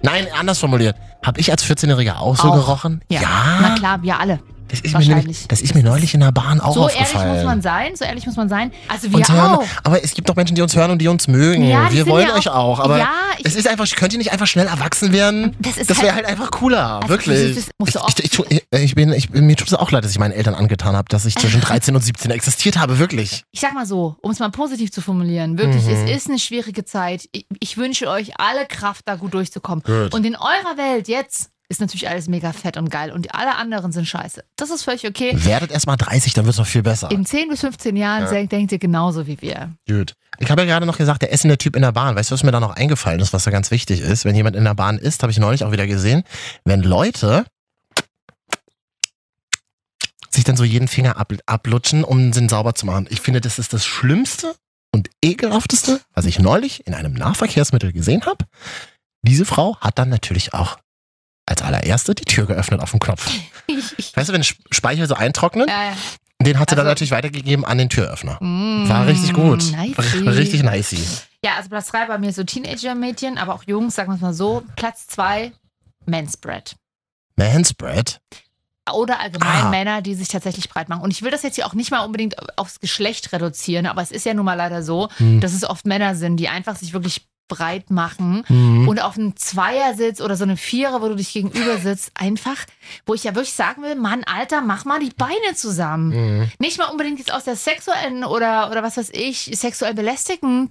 Nein, anders formuliert. Hab ich als 14-Jähriger auch so
Auch.
gerochen?
Ja. Na klar, wir alle.
Das ist, mir, nämlich,
Wahrscheinlich.
das ist mir neulich in der Bahn auch
so ehrlich
aufgefallen.
muss man sein, so ehrlich muss man sein. Also wir
Uns hören,
auch.
aber es gibt doch Menschen, die uns hören und die uns mögen.
Ja, die
wir
sind
wollen
ja
euch auch,
auch-
aber
Ja, ich-
es ist einfach, könnt ihr nicht einfach schnell erwachsen werden?
Das ist
wäre
halt-
halt einfach cooler,
Also,
wirklich.
das ist- musst
Ich,
du auch-
ich, ich, tu- ich, ich bin, ich, mir tut es auch leid, dass ich meinen Eltern angetan habe, dass ich
[LAUGHS]
zwischen 13 und 17 existiert habe, wirklich.
Ich sag mal so, um es mal positiv zu formulieren, wirklich,
Mhm.
es ist eine schwierige Zeit. Ich, ich wünsche euch alle Kraft, da gut durchzukommen.
Gut.
Und in eurer Welt jetzt ist natürlich alles mega fett und geil und alle anderen sind scheiße. Das ist völlig okay.
Werdet erst mal 30, dann wird es noch viel besser.
In 10 bis 15 Jahren
Ja.
se- denkt ihr genauso wie wir.
Gut. Ich habe ja gerade noch gesagt, der essende Typ in der Bahn. Weißt du, was mir da noch eingefallen ist, was da ganz wichtig ist? Wenn jemand in der Bahn isst, habe ich neulich auch wieder gesehen, wenn Leute sich dann so jeden Finger ab, ablutschen, um den sauber zu machen. Ich finde, das ist das Schlimmste und ekelhafteste, was ich neulich in einem Nahverkehrsmittel gesehen habe. Diese Frau hat dann natürlich auch als allererste die Tür geöffnet auf dem Knopf. Weißt du, wenn Sp- Speichel so eintrocknen,
Äh,
den hat sie dann
Also-
natürlich weitergegeben an den Türöffner.
mm,
War richtig gut.
nicey.
War [LAUGHS] richtig nicey.
Ja, also Platz 3 bei mir ist so Teenager-Mädchen, aber auch Jungs, sagen wir es mal so. Platz 2, Manspread.
Manspread?
Oder allgemein
Ah.
Männer, die sich tatsächlich breit machen. Und ich will das jetzt hier auch nicht mal unbedingt aufs Geschlecht reduzieren, aber es ist ja nun mal leider so,
Hm.
dass es oft Männer sind, die einfach sich wirklich breit machen.
Mhm.
Und auf einem Zweiersitz oder so einem Vierer, wo du dich gegenüber sitzt, einfach, wo ich ja wirklich sagen will, Mann, Alter, mach mal die Beine zusammen.
Mhm.
Nicht mal unbedingt jetzt aus der sexuellen oder, oder was weiß ich, sexuell belästigenden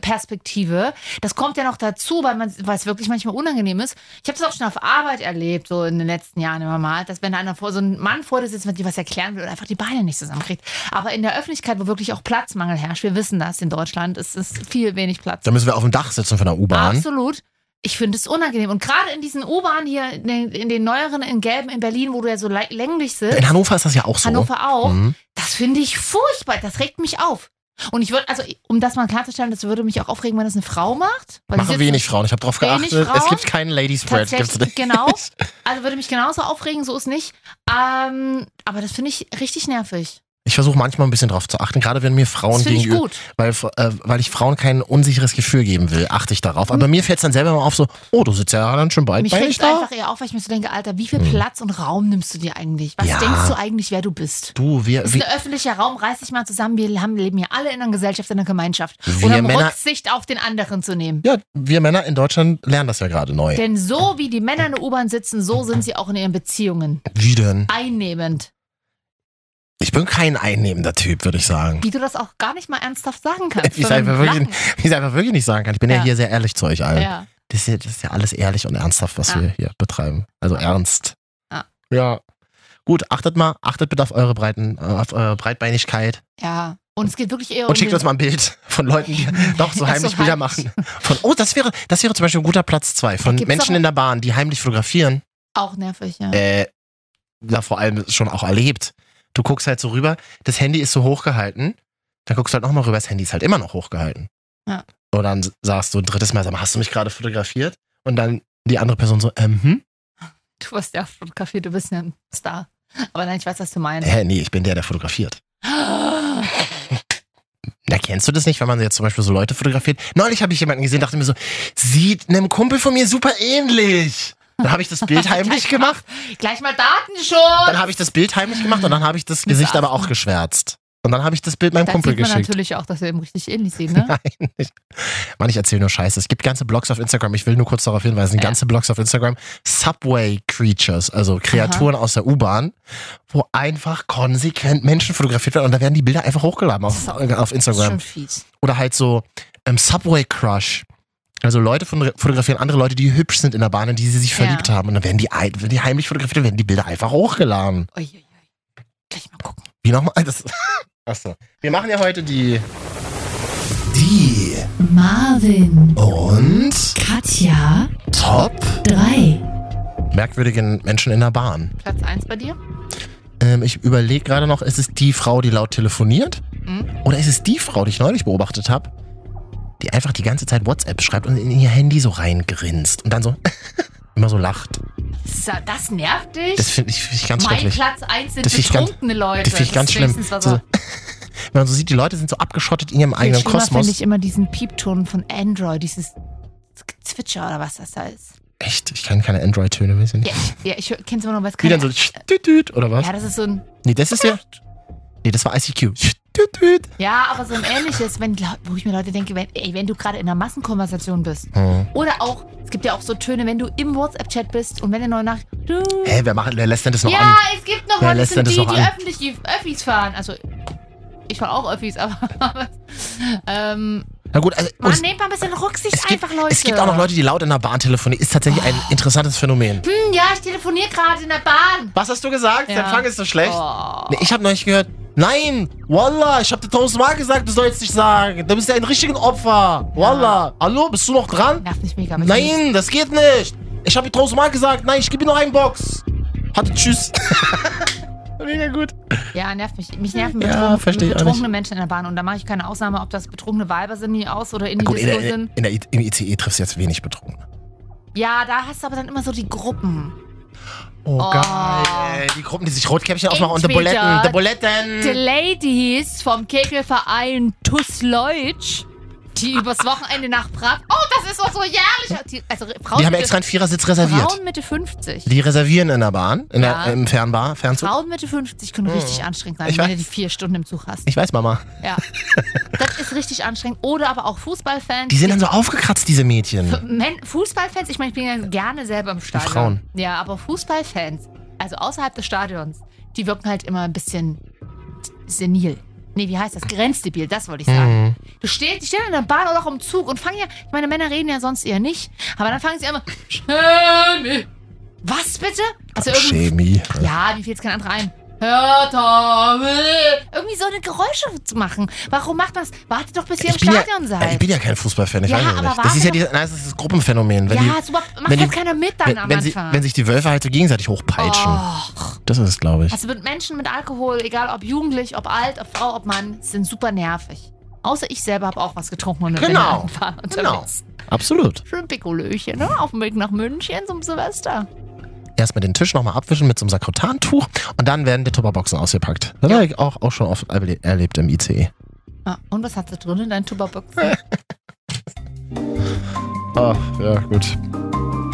Perspektive. Das kommt ja noch dazu, weil man, weil es wirklich manchmal unangenehm ist. Ich habe das auch schon auf Arbeit erlebt, so in den letzten Jahren immer mal, dass wenn einer vor so ein Mann vor dir sitzt, wenn dir was erklären will und einfach die Beine nicht zusammenkriegt. Aber in der Öffentlichkeit, wo wirklich auch Platzmangel herrscht, wir wissen das, in Deutschland ist es viel wenig Platz.
Da müssen wir auf dem Dach sitzen von der U-Bahn.
Absolut. Ich finde es unangenehm. Und gerade in diesen U-Bahnen hier, in den, in den neueren, in gelben, in Berlin, wo du ja so lei- länglich sitzt,
In Hannover ist das ja auch so.
Hannover auch,
Mhm.
das finde ich furchtbar. Das regt mich auf. Und ich würde, also um das mal klarzustellen, das würde mich auch aufregen, wenn das eine Frau macht. Weil die
Machen
sitzt-
wenig Frauen. Ich habe drauf
Wenig
geachtet. Es
Frauen?
gibt keinen Lady Spread. Gibt's nicht.
Tatsächlich, genau. Also würde mich genauso aufregen, so ist nicht. Ähm, aber das finde ich richtig nervig.
[LAUGHS] Ich versuche manchmal ein bisschen drauf zu achten, gerade wenn mir Frauen
Das finde ich
gegenüber,
gut.
weil, äh, weil ich Frauen kein unsicheres Gefühl geben will, achte ich darauf. Aber mir fällt es dann selber mal auf, so, oh, du sitzt ja dann schon bald
Mhm. Mich
bei
regt
ich
es
da.
einfach eher auf, weil ich mir so denke, Alter, wie viel
Hm.
Platz und Raum nimmst du dir eigentlich? Was
Ja.
denkst du eigentlich, wer du bist?
Du, wir,
Das ist
wir,
ein öffentlicher Raum, reiß dich mal zusammen. Wir haben, leben ja alle in einer Gesellschaft, in einer Gemeinschaft.
Wir
Und um
Männer-
Rücksicht auf den anderen zu nehmen.
ja, wir Männer in Deutschland lernen das ja gerade neu.
Denn so wie die Männer in der U-Bahn sitzen, so sind sie auch in ihren Beziehungen.
Wie denn?
Einnehmend.
Ich bin kein einnehmender Typ, würde ich sagen.
Wie du das auch gar nicht mal ernsthaft sagen
Wie [LAUGHS]
kannst.
ich es
sondern
einfach, wirklich- Also-
lachen.
wie ich's einfach wirklich nicht sagen kann. Ich bin ja,
Ja.
hier sehr ehrlich zu euch allen.
Ja. Ah.
Das ist, ja- das ist ja alles ehrlich und ernsthaft, was
Ja.
wir hier betreiben. Also
Ah.
ernst.
Ja.
ja. Gut, achtet mal, achtet bitte auf eure Breiten, äh, auf eure Breitbeinigkeit
ja. Und es geht wirklich eher um.
und schickt
den-
uns mal ein Bild von Leuten,
[LAUGHS]
die doch so
Ach so,
heimlich Bilder
heimlich.
machen. Von, oh, das wäre, das wäre zum Beispiel ein guter Platz zwei von
gibt's
Menschen
doch-
in der Bahn, die heimlich fotografieren.
Auch nervig, ja.
Äh, da vor allem schon auch erlebt. Du guckst halt so rüber, das Handy ist so hochgehalten, dann guckst du halt nochmal rüber, das Handy ist halt immer noch hochgehalten.
Ja.
Und dann sagst du ein drittes Mal, sag mal, hast du mich gerade fotografiert? Und dann die andere Person so, ähm, hm?
Du warst ja auf dem Café, du bist ja ein Star. Aber nein, ich weiß, was du [GASPS] meinst.
Hä, nee, ich bin der, der fotografiert. Da kennst du das nicht, wenn man jetzt zum Beispiel so Leute fotografiert. Neulich habe ich jemanden gesehen, dachte mir so, sieht einem Kumpel von mir super ähnlich. Dann habe ich das
[LAUGHS]
Bild heimlich gemacht.
Gleich mal Datenschutz!
Dann habe ich das Bild heimlich gemacht und dann habe ich das Gesicht aber auch geschwärzt. Und dann habe ich das Bild meinem
Dann
Kumpel
sieht man
geschickt.
natürlich auch, dass wir eben richtig ähnlich sehen, ne?
[LAUGHS] Nein, ich, Mann, ich erzähle nur Scheiße. Es gibt ganze Blogs auf Instagram. Ich will nur kurz darauf hinweisen.
Ja.
Ganze Blogs auf Instagram. Subway Creatures, also Kreaturen aus der U-Bahn, wo einfach konsequent Menschen fotografiert werden. Und da werden die Bilder einfach hochgeladen auf,
Das ist-
auf
Das ist
Instagram
schon fies.
oder halt so ähm, Subway Crush. Also Leute von, fotografieren andere Leute, die hübsch sind in der Bahn, in die sie sich
Ja.
verliebt haben. Und dann werden die, ein- wenn die heimlich fotografiert, dann werden die Bilder einfach hochgeladen.
Uiuiui. Gleich mal gucken.
Wie nochmal? Das, [LAUGHS] achso. Wir machen ja heute die...
Die
Marvin,
Und...
Katja,
Top?
3.
Merkwürdigen Menschen in der Bahn.
Platz 1 bei dir?
Ähm, ich überlege gerade noch, ist es die Frau, die laut telefoniert?
Mhm.
Oder ist es die Frau, die ich neulich beobachtet habe, die einfach die ganze Zeit WhatsApp schreibt und in ihr Handy so reingrinst und dann so... [LAUGHS] immer so lacht.
So, Das nervt dich.
Das finde ich, find ich ganz
mein
schrecklich.
Platz 1 sind
Das finde ich ganz-
betrunkene Leute.
Das finde ich ganz
ist
schlimm.
wenigstens was
So,
auf-
[LAUGHS] wenn man so sieht, die Leute sind so abgeschottet in ihrem eigenen
Viel schlimmer finde
Kosmos.
ich immer diesen Piepton von Android, dieses Zwitscher oder was das da ist.
Echt? Ich kann keine Android-Töne, weiß ich nicht.
Ja, ja ich kenne es immer noch, weil es
Wie
keine.
dann so tüt, tüt, oder was?
ja, das ist so ein.
Nee, das ist ja. Nee, das war
[LAUGHS]
ICQ. Tüt, tüt.
Ja, aber so ein ähnliches, wenn, Leu- wo ich mir Leute denke, wenn, ey, wenn du gerade in einer Massenkonversation bist.
Hm.
Oder auch, es gibt ja auch so Töne, wenn du im WhatsApp-Chat bist und wenn eine neue Nachricht. Du-
Hä, wer, macht, wer lässt denn das noch
ja,
an?
es gibt noch
Wer
Leute, das
lässt
sind
denn das
die,
noch
die
an?
öffentlich die Öffis fahren. Also, ich fahre auch Öffis, [LAUGHS] aber. ähm,
Na gut, also. und
man
es,
nehmt mal ein bisschen Rücksicht
es, gibt,
einfach, Leute.
es gibt auch noch Leute, die laut in der Bahn telefonieren. Ist tatsächlich ein interessantes Phänomen.
Hm, ja, ich telefoniere gerade in der Bahn.
Was hast du gesagt?
Ja.
Der Empfang ist so schlecht.
Oh.
Nee, ich habe neulich gehört. Nein, Wallah, ich habe dir tausendmal gesagt, du sollst nicht sagen. Du bist ja ein richtiges Opfer. Wallah, hallo, bist du noch dran?
Nervt mich mega. mit diesem-
Nein, das geht nicht. Ich habe dir tausendmal gesagt. Nein, ich gebe dir noch einen Box. Hatte tschüss. [LAUGHS] Mega gut.
Ja, nervt mich. Mich nerven
Ja,
betrunken,
verstehe ich auch
betrunkene Menschen in der Bahn. Und da mache ich keine Ausnahme, ob das betrunkene Weiber sind, die aus oder in die
Gut, in
Disco
der, in
sind.
der, im ICE triffst du jetzt wenig betrunken.
Ja, da hast du aber dann immer so die Gruppen.
Oh,
Oh.
geil. Die Gruppen, die sich Rotkäppchen aufmachen und die
Entweder
Buletten. Die
The
Buletten.
Ladies vom Kegelverein Tuss Leutsch, die übers Wochenende nach Prag. Oh, das ist doch so jährlich. Die, also Frauen
Die haben
Mitte-
extra einen Vierersitz reserviert.
Frauen Mitte 50.
Die reservieren in der Bahn, in
Ja.
der, im Fernbar, Fernzug.
Frauen Mitte 50 können richtig anstrengend sein,
Hm. Ich
wenn
weiß.
du die vier Stunden im Zug hast.
Ich weiß, Mama.
Ja. das ist richtig anstrengend. Oder aber auch Fußballfans.
Die sind dann so aufgekratzt, diese Mädchen.
Men Fußballfans, ich meine, ich bin ja gerne selber im Stadion.
Frauen.
Ja, aber Fußballfans, also außerhalb des Stadions, die wirken halt immer ein bisschen senil. Nee, wie heißt das? Grenzdebil, das wollte ich
Mhm.
sagen. Du stehst, die stehen in der Bahn oder auch im Zug und fangen ja, ich meine, Männer reden ja sonst eher nicht, aber dann fangen sie immer, Chemie. Was bitte? Also irgendwie,
Chemie.
ja, wie fällt kein anderer ein? Hertha, will- irgendwie so eine Geräusche zu machen. Warum macht man das? Wartet doch, bis ihr im
Ich bin, ja,
Stadion
äh, ich
seid.
bin ja kein Fußballfan, ich
Ja,
weiß es
aber
nicht. Das ist ja
warte
dieses, nein, das ist das Gruppenphänomen. Wenn
Ja,
die,
super, macht
wenn
halt
die-
keiner mit dann
wenn,
am
wenn, sie,
Anfang. Oh.
wenn sich die Wölfe halt so gegenseitig hochpeitschen. Das ist es, glaube ich.
Also mit Menschen mit Alkohol, egal ob jugendlich, ob alt, ob Frau, ob Mann, sind super nervig. Außer ich selber habe auch was getrunken und
Genau.
war unterwegs.
Genau. Absolut.
Schön Pikolöchen, ne? Auf dem Weg nach München zum Silvester.
Erstmal den Tisch nochmal abwischen mit so einem Sakrotantuch und dann werden die Tupperboxen ausgepackt. Das habe ich auch, auch schon oft erle- erlebt im E. ICE.
Ah, und was hat sie drin in deinen Tupperbox?
Ah, ja, gut.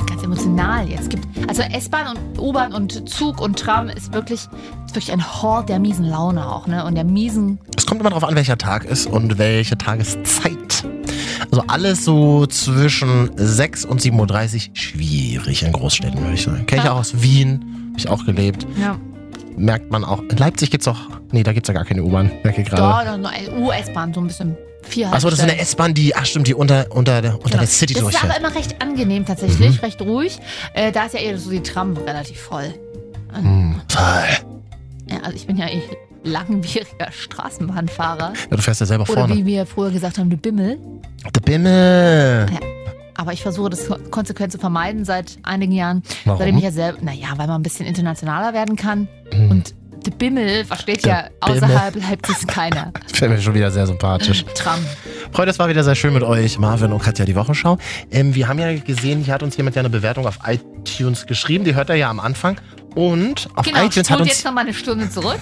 Ganz emotional jetzt. Gibt, also S-Bahn und U-Bahn und Zug und Tram ist wirklich, ist wirklich ein Hort der miesen Laune auch, ne? Und der miesen
Es kommt immer darauf an, welcher Tag ist und welche Tageszeit. Also alles so zwischen 6 und 7.30 Uhr schwierig in Großstädten, würde ich sagen. Kenne ich auch aus Wien, habe ich auch gelebt.
ja.
Merkt man auch. In Leipzig gibt's auch. Nee, da gibt's ja gar keine U-Bahn. Merke ich gerade.
Dort noch eine U-S-Bahn, so ein bisschen vier
Achso, das ist eine
Haltestellen.
S-Bahn, die, ach stimmt, die unter, unter, der- unter der City
Genau. Das ist aber
durchfährt.
immer recht angenehm
Mhm.
tatsächlich, recht ruhig. Äh, da ist ja eher so die Tram relativ voll.
Hm, toll.
Ja, also ich bin ja eh langwieriger Straßenbahnfahrer.
Ja, du fährst ja selber
Oder
vorne.
wie wir früher gesagt haben, die Bimmel.
Der Bimmel.
Aber ich versuche das ko- konsequent zu vermeiden seit einigen Jahren.
Warum? Mhm.
Seitdem ich ja selber, naja, weil man ein bisschen internationaler werden kann. Und die Bimmel versteht
Die
ja außerhalb Leipzigs keiner.
Ich mir schon wieder sehr sympathisch.
Tram.
Freunde, es war wieder sehr schön mit euch, Marvin und Katja, die Wochenschau. Ähm, wir haben ja gesehen, hier hat uns jemand ja eine Bewertung auf iTunes geschrieben. Die hört er ja am Anfang. Und auf
Genau,
iTunes hat
spult
uns.
jetzt nochmal eine Stunde zurück.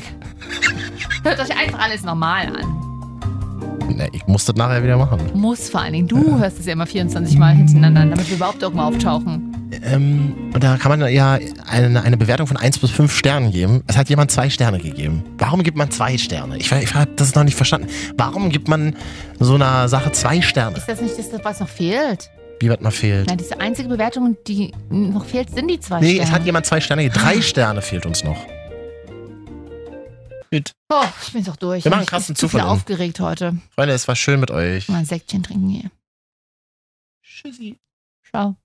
Hört euch einfach alles normal an.
Nee, ich muss das nachher wieder machen.
Muss vor allen Dingen. Du hörst es ja immer 24 Mal hintereinander, an, damit wir überhaupt irgendwann auftauchen.
Ähm, und da kann man ja eine, eine Bewertung von 1 bis 5 Sternen geben. Es hat jemand zwei Sterne gegeben. Warum gibt man zwei Sterne? Ich, ver- ich habe das noch nicht verstanden. Warum gibt man so einer Sache zwei Sterne?
Ist das nicht das, was noch fehlt?
Wie was mal fehlt.
Nein, diese einzige Bewertung, die noch fehlt, sind die zwei
Nee,
Sterne.
es hat jemand zwei Sterne. gegeben. Drei Sterne fehlt uns noch. Gut.
Oh, ich bin doch durch.
Wir machen
Ich-
krassen
ich bin zu
Zufall
viel
um.
aufgeregt heute.
Freunde, es war schön mit euch.
Mal ein Säckchen trinken hier.
Tschüssi.
Ciao.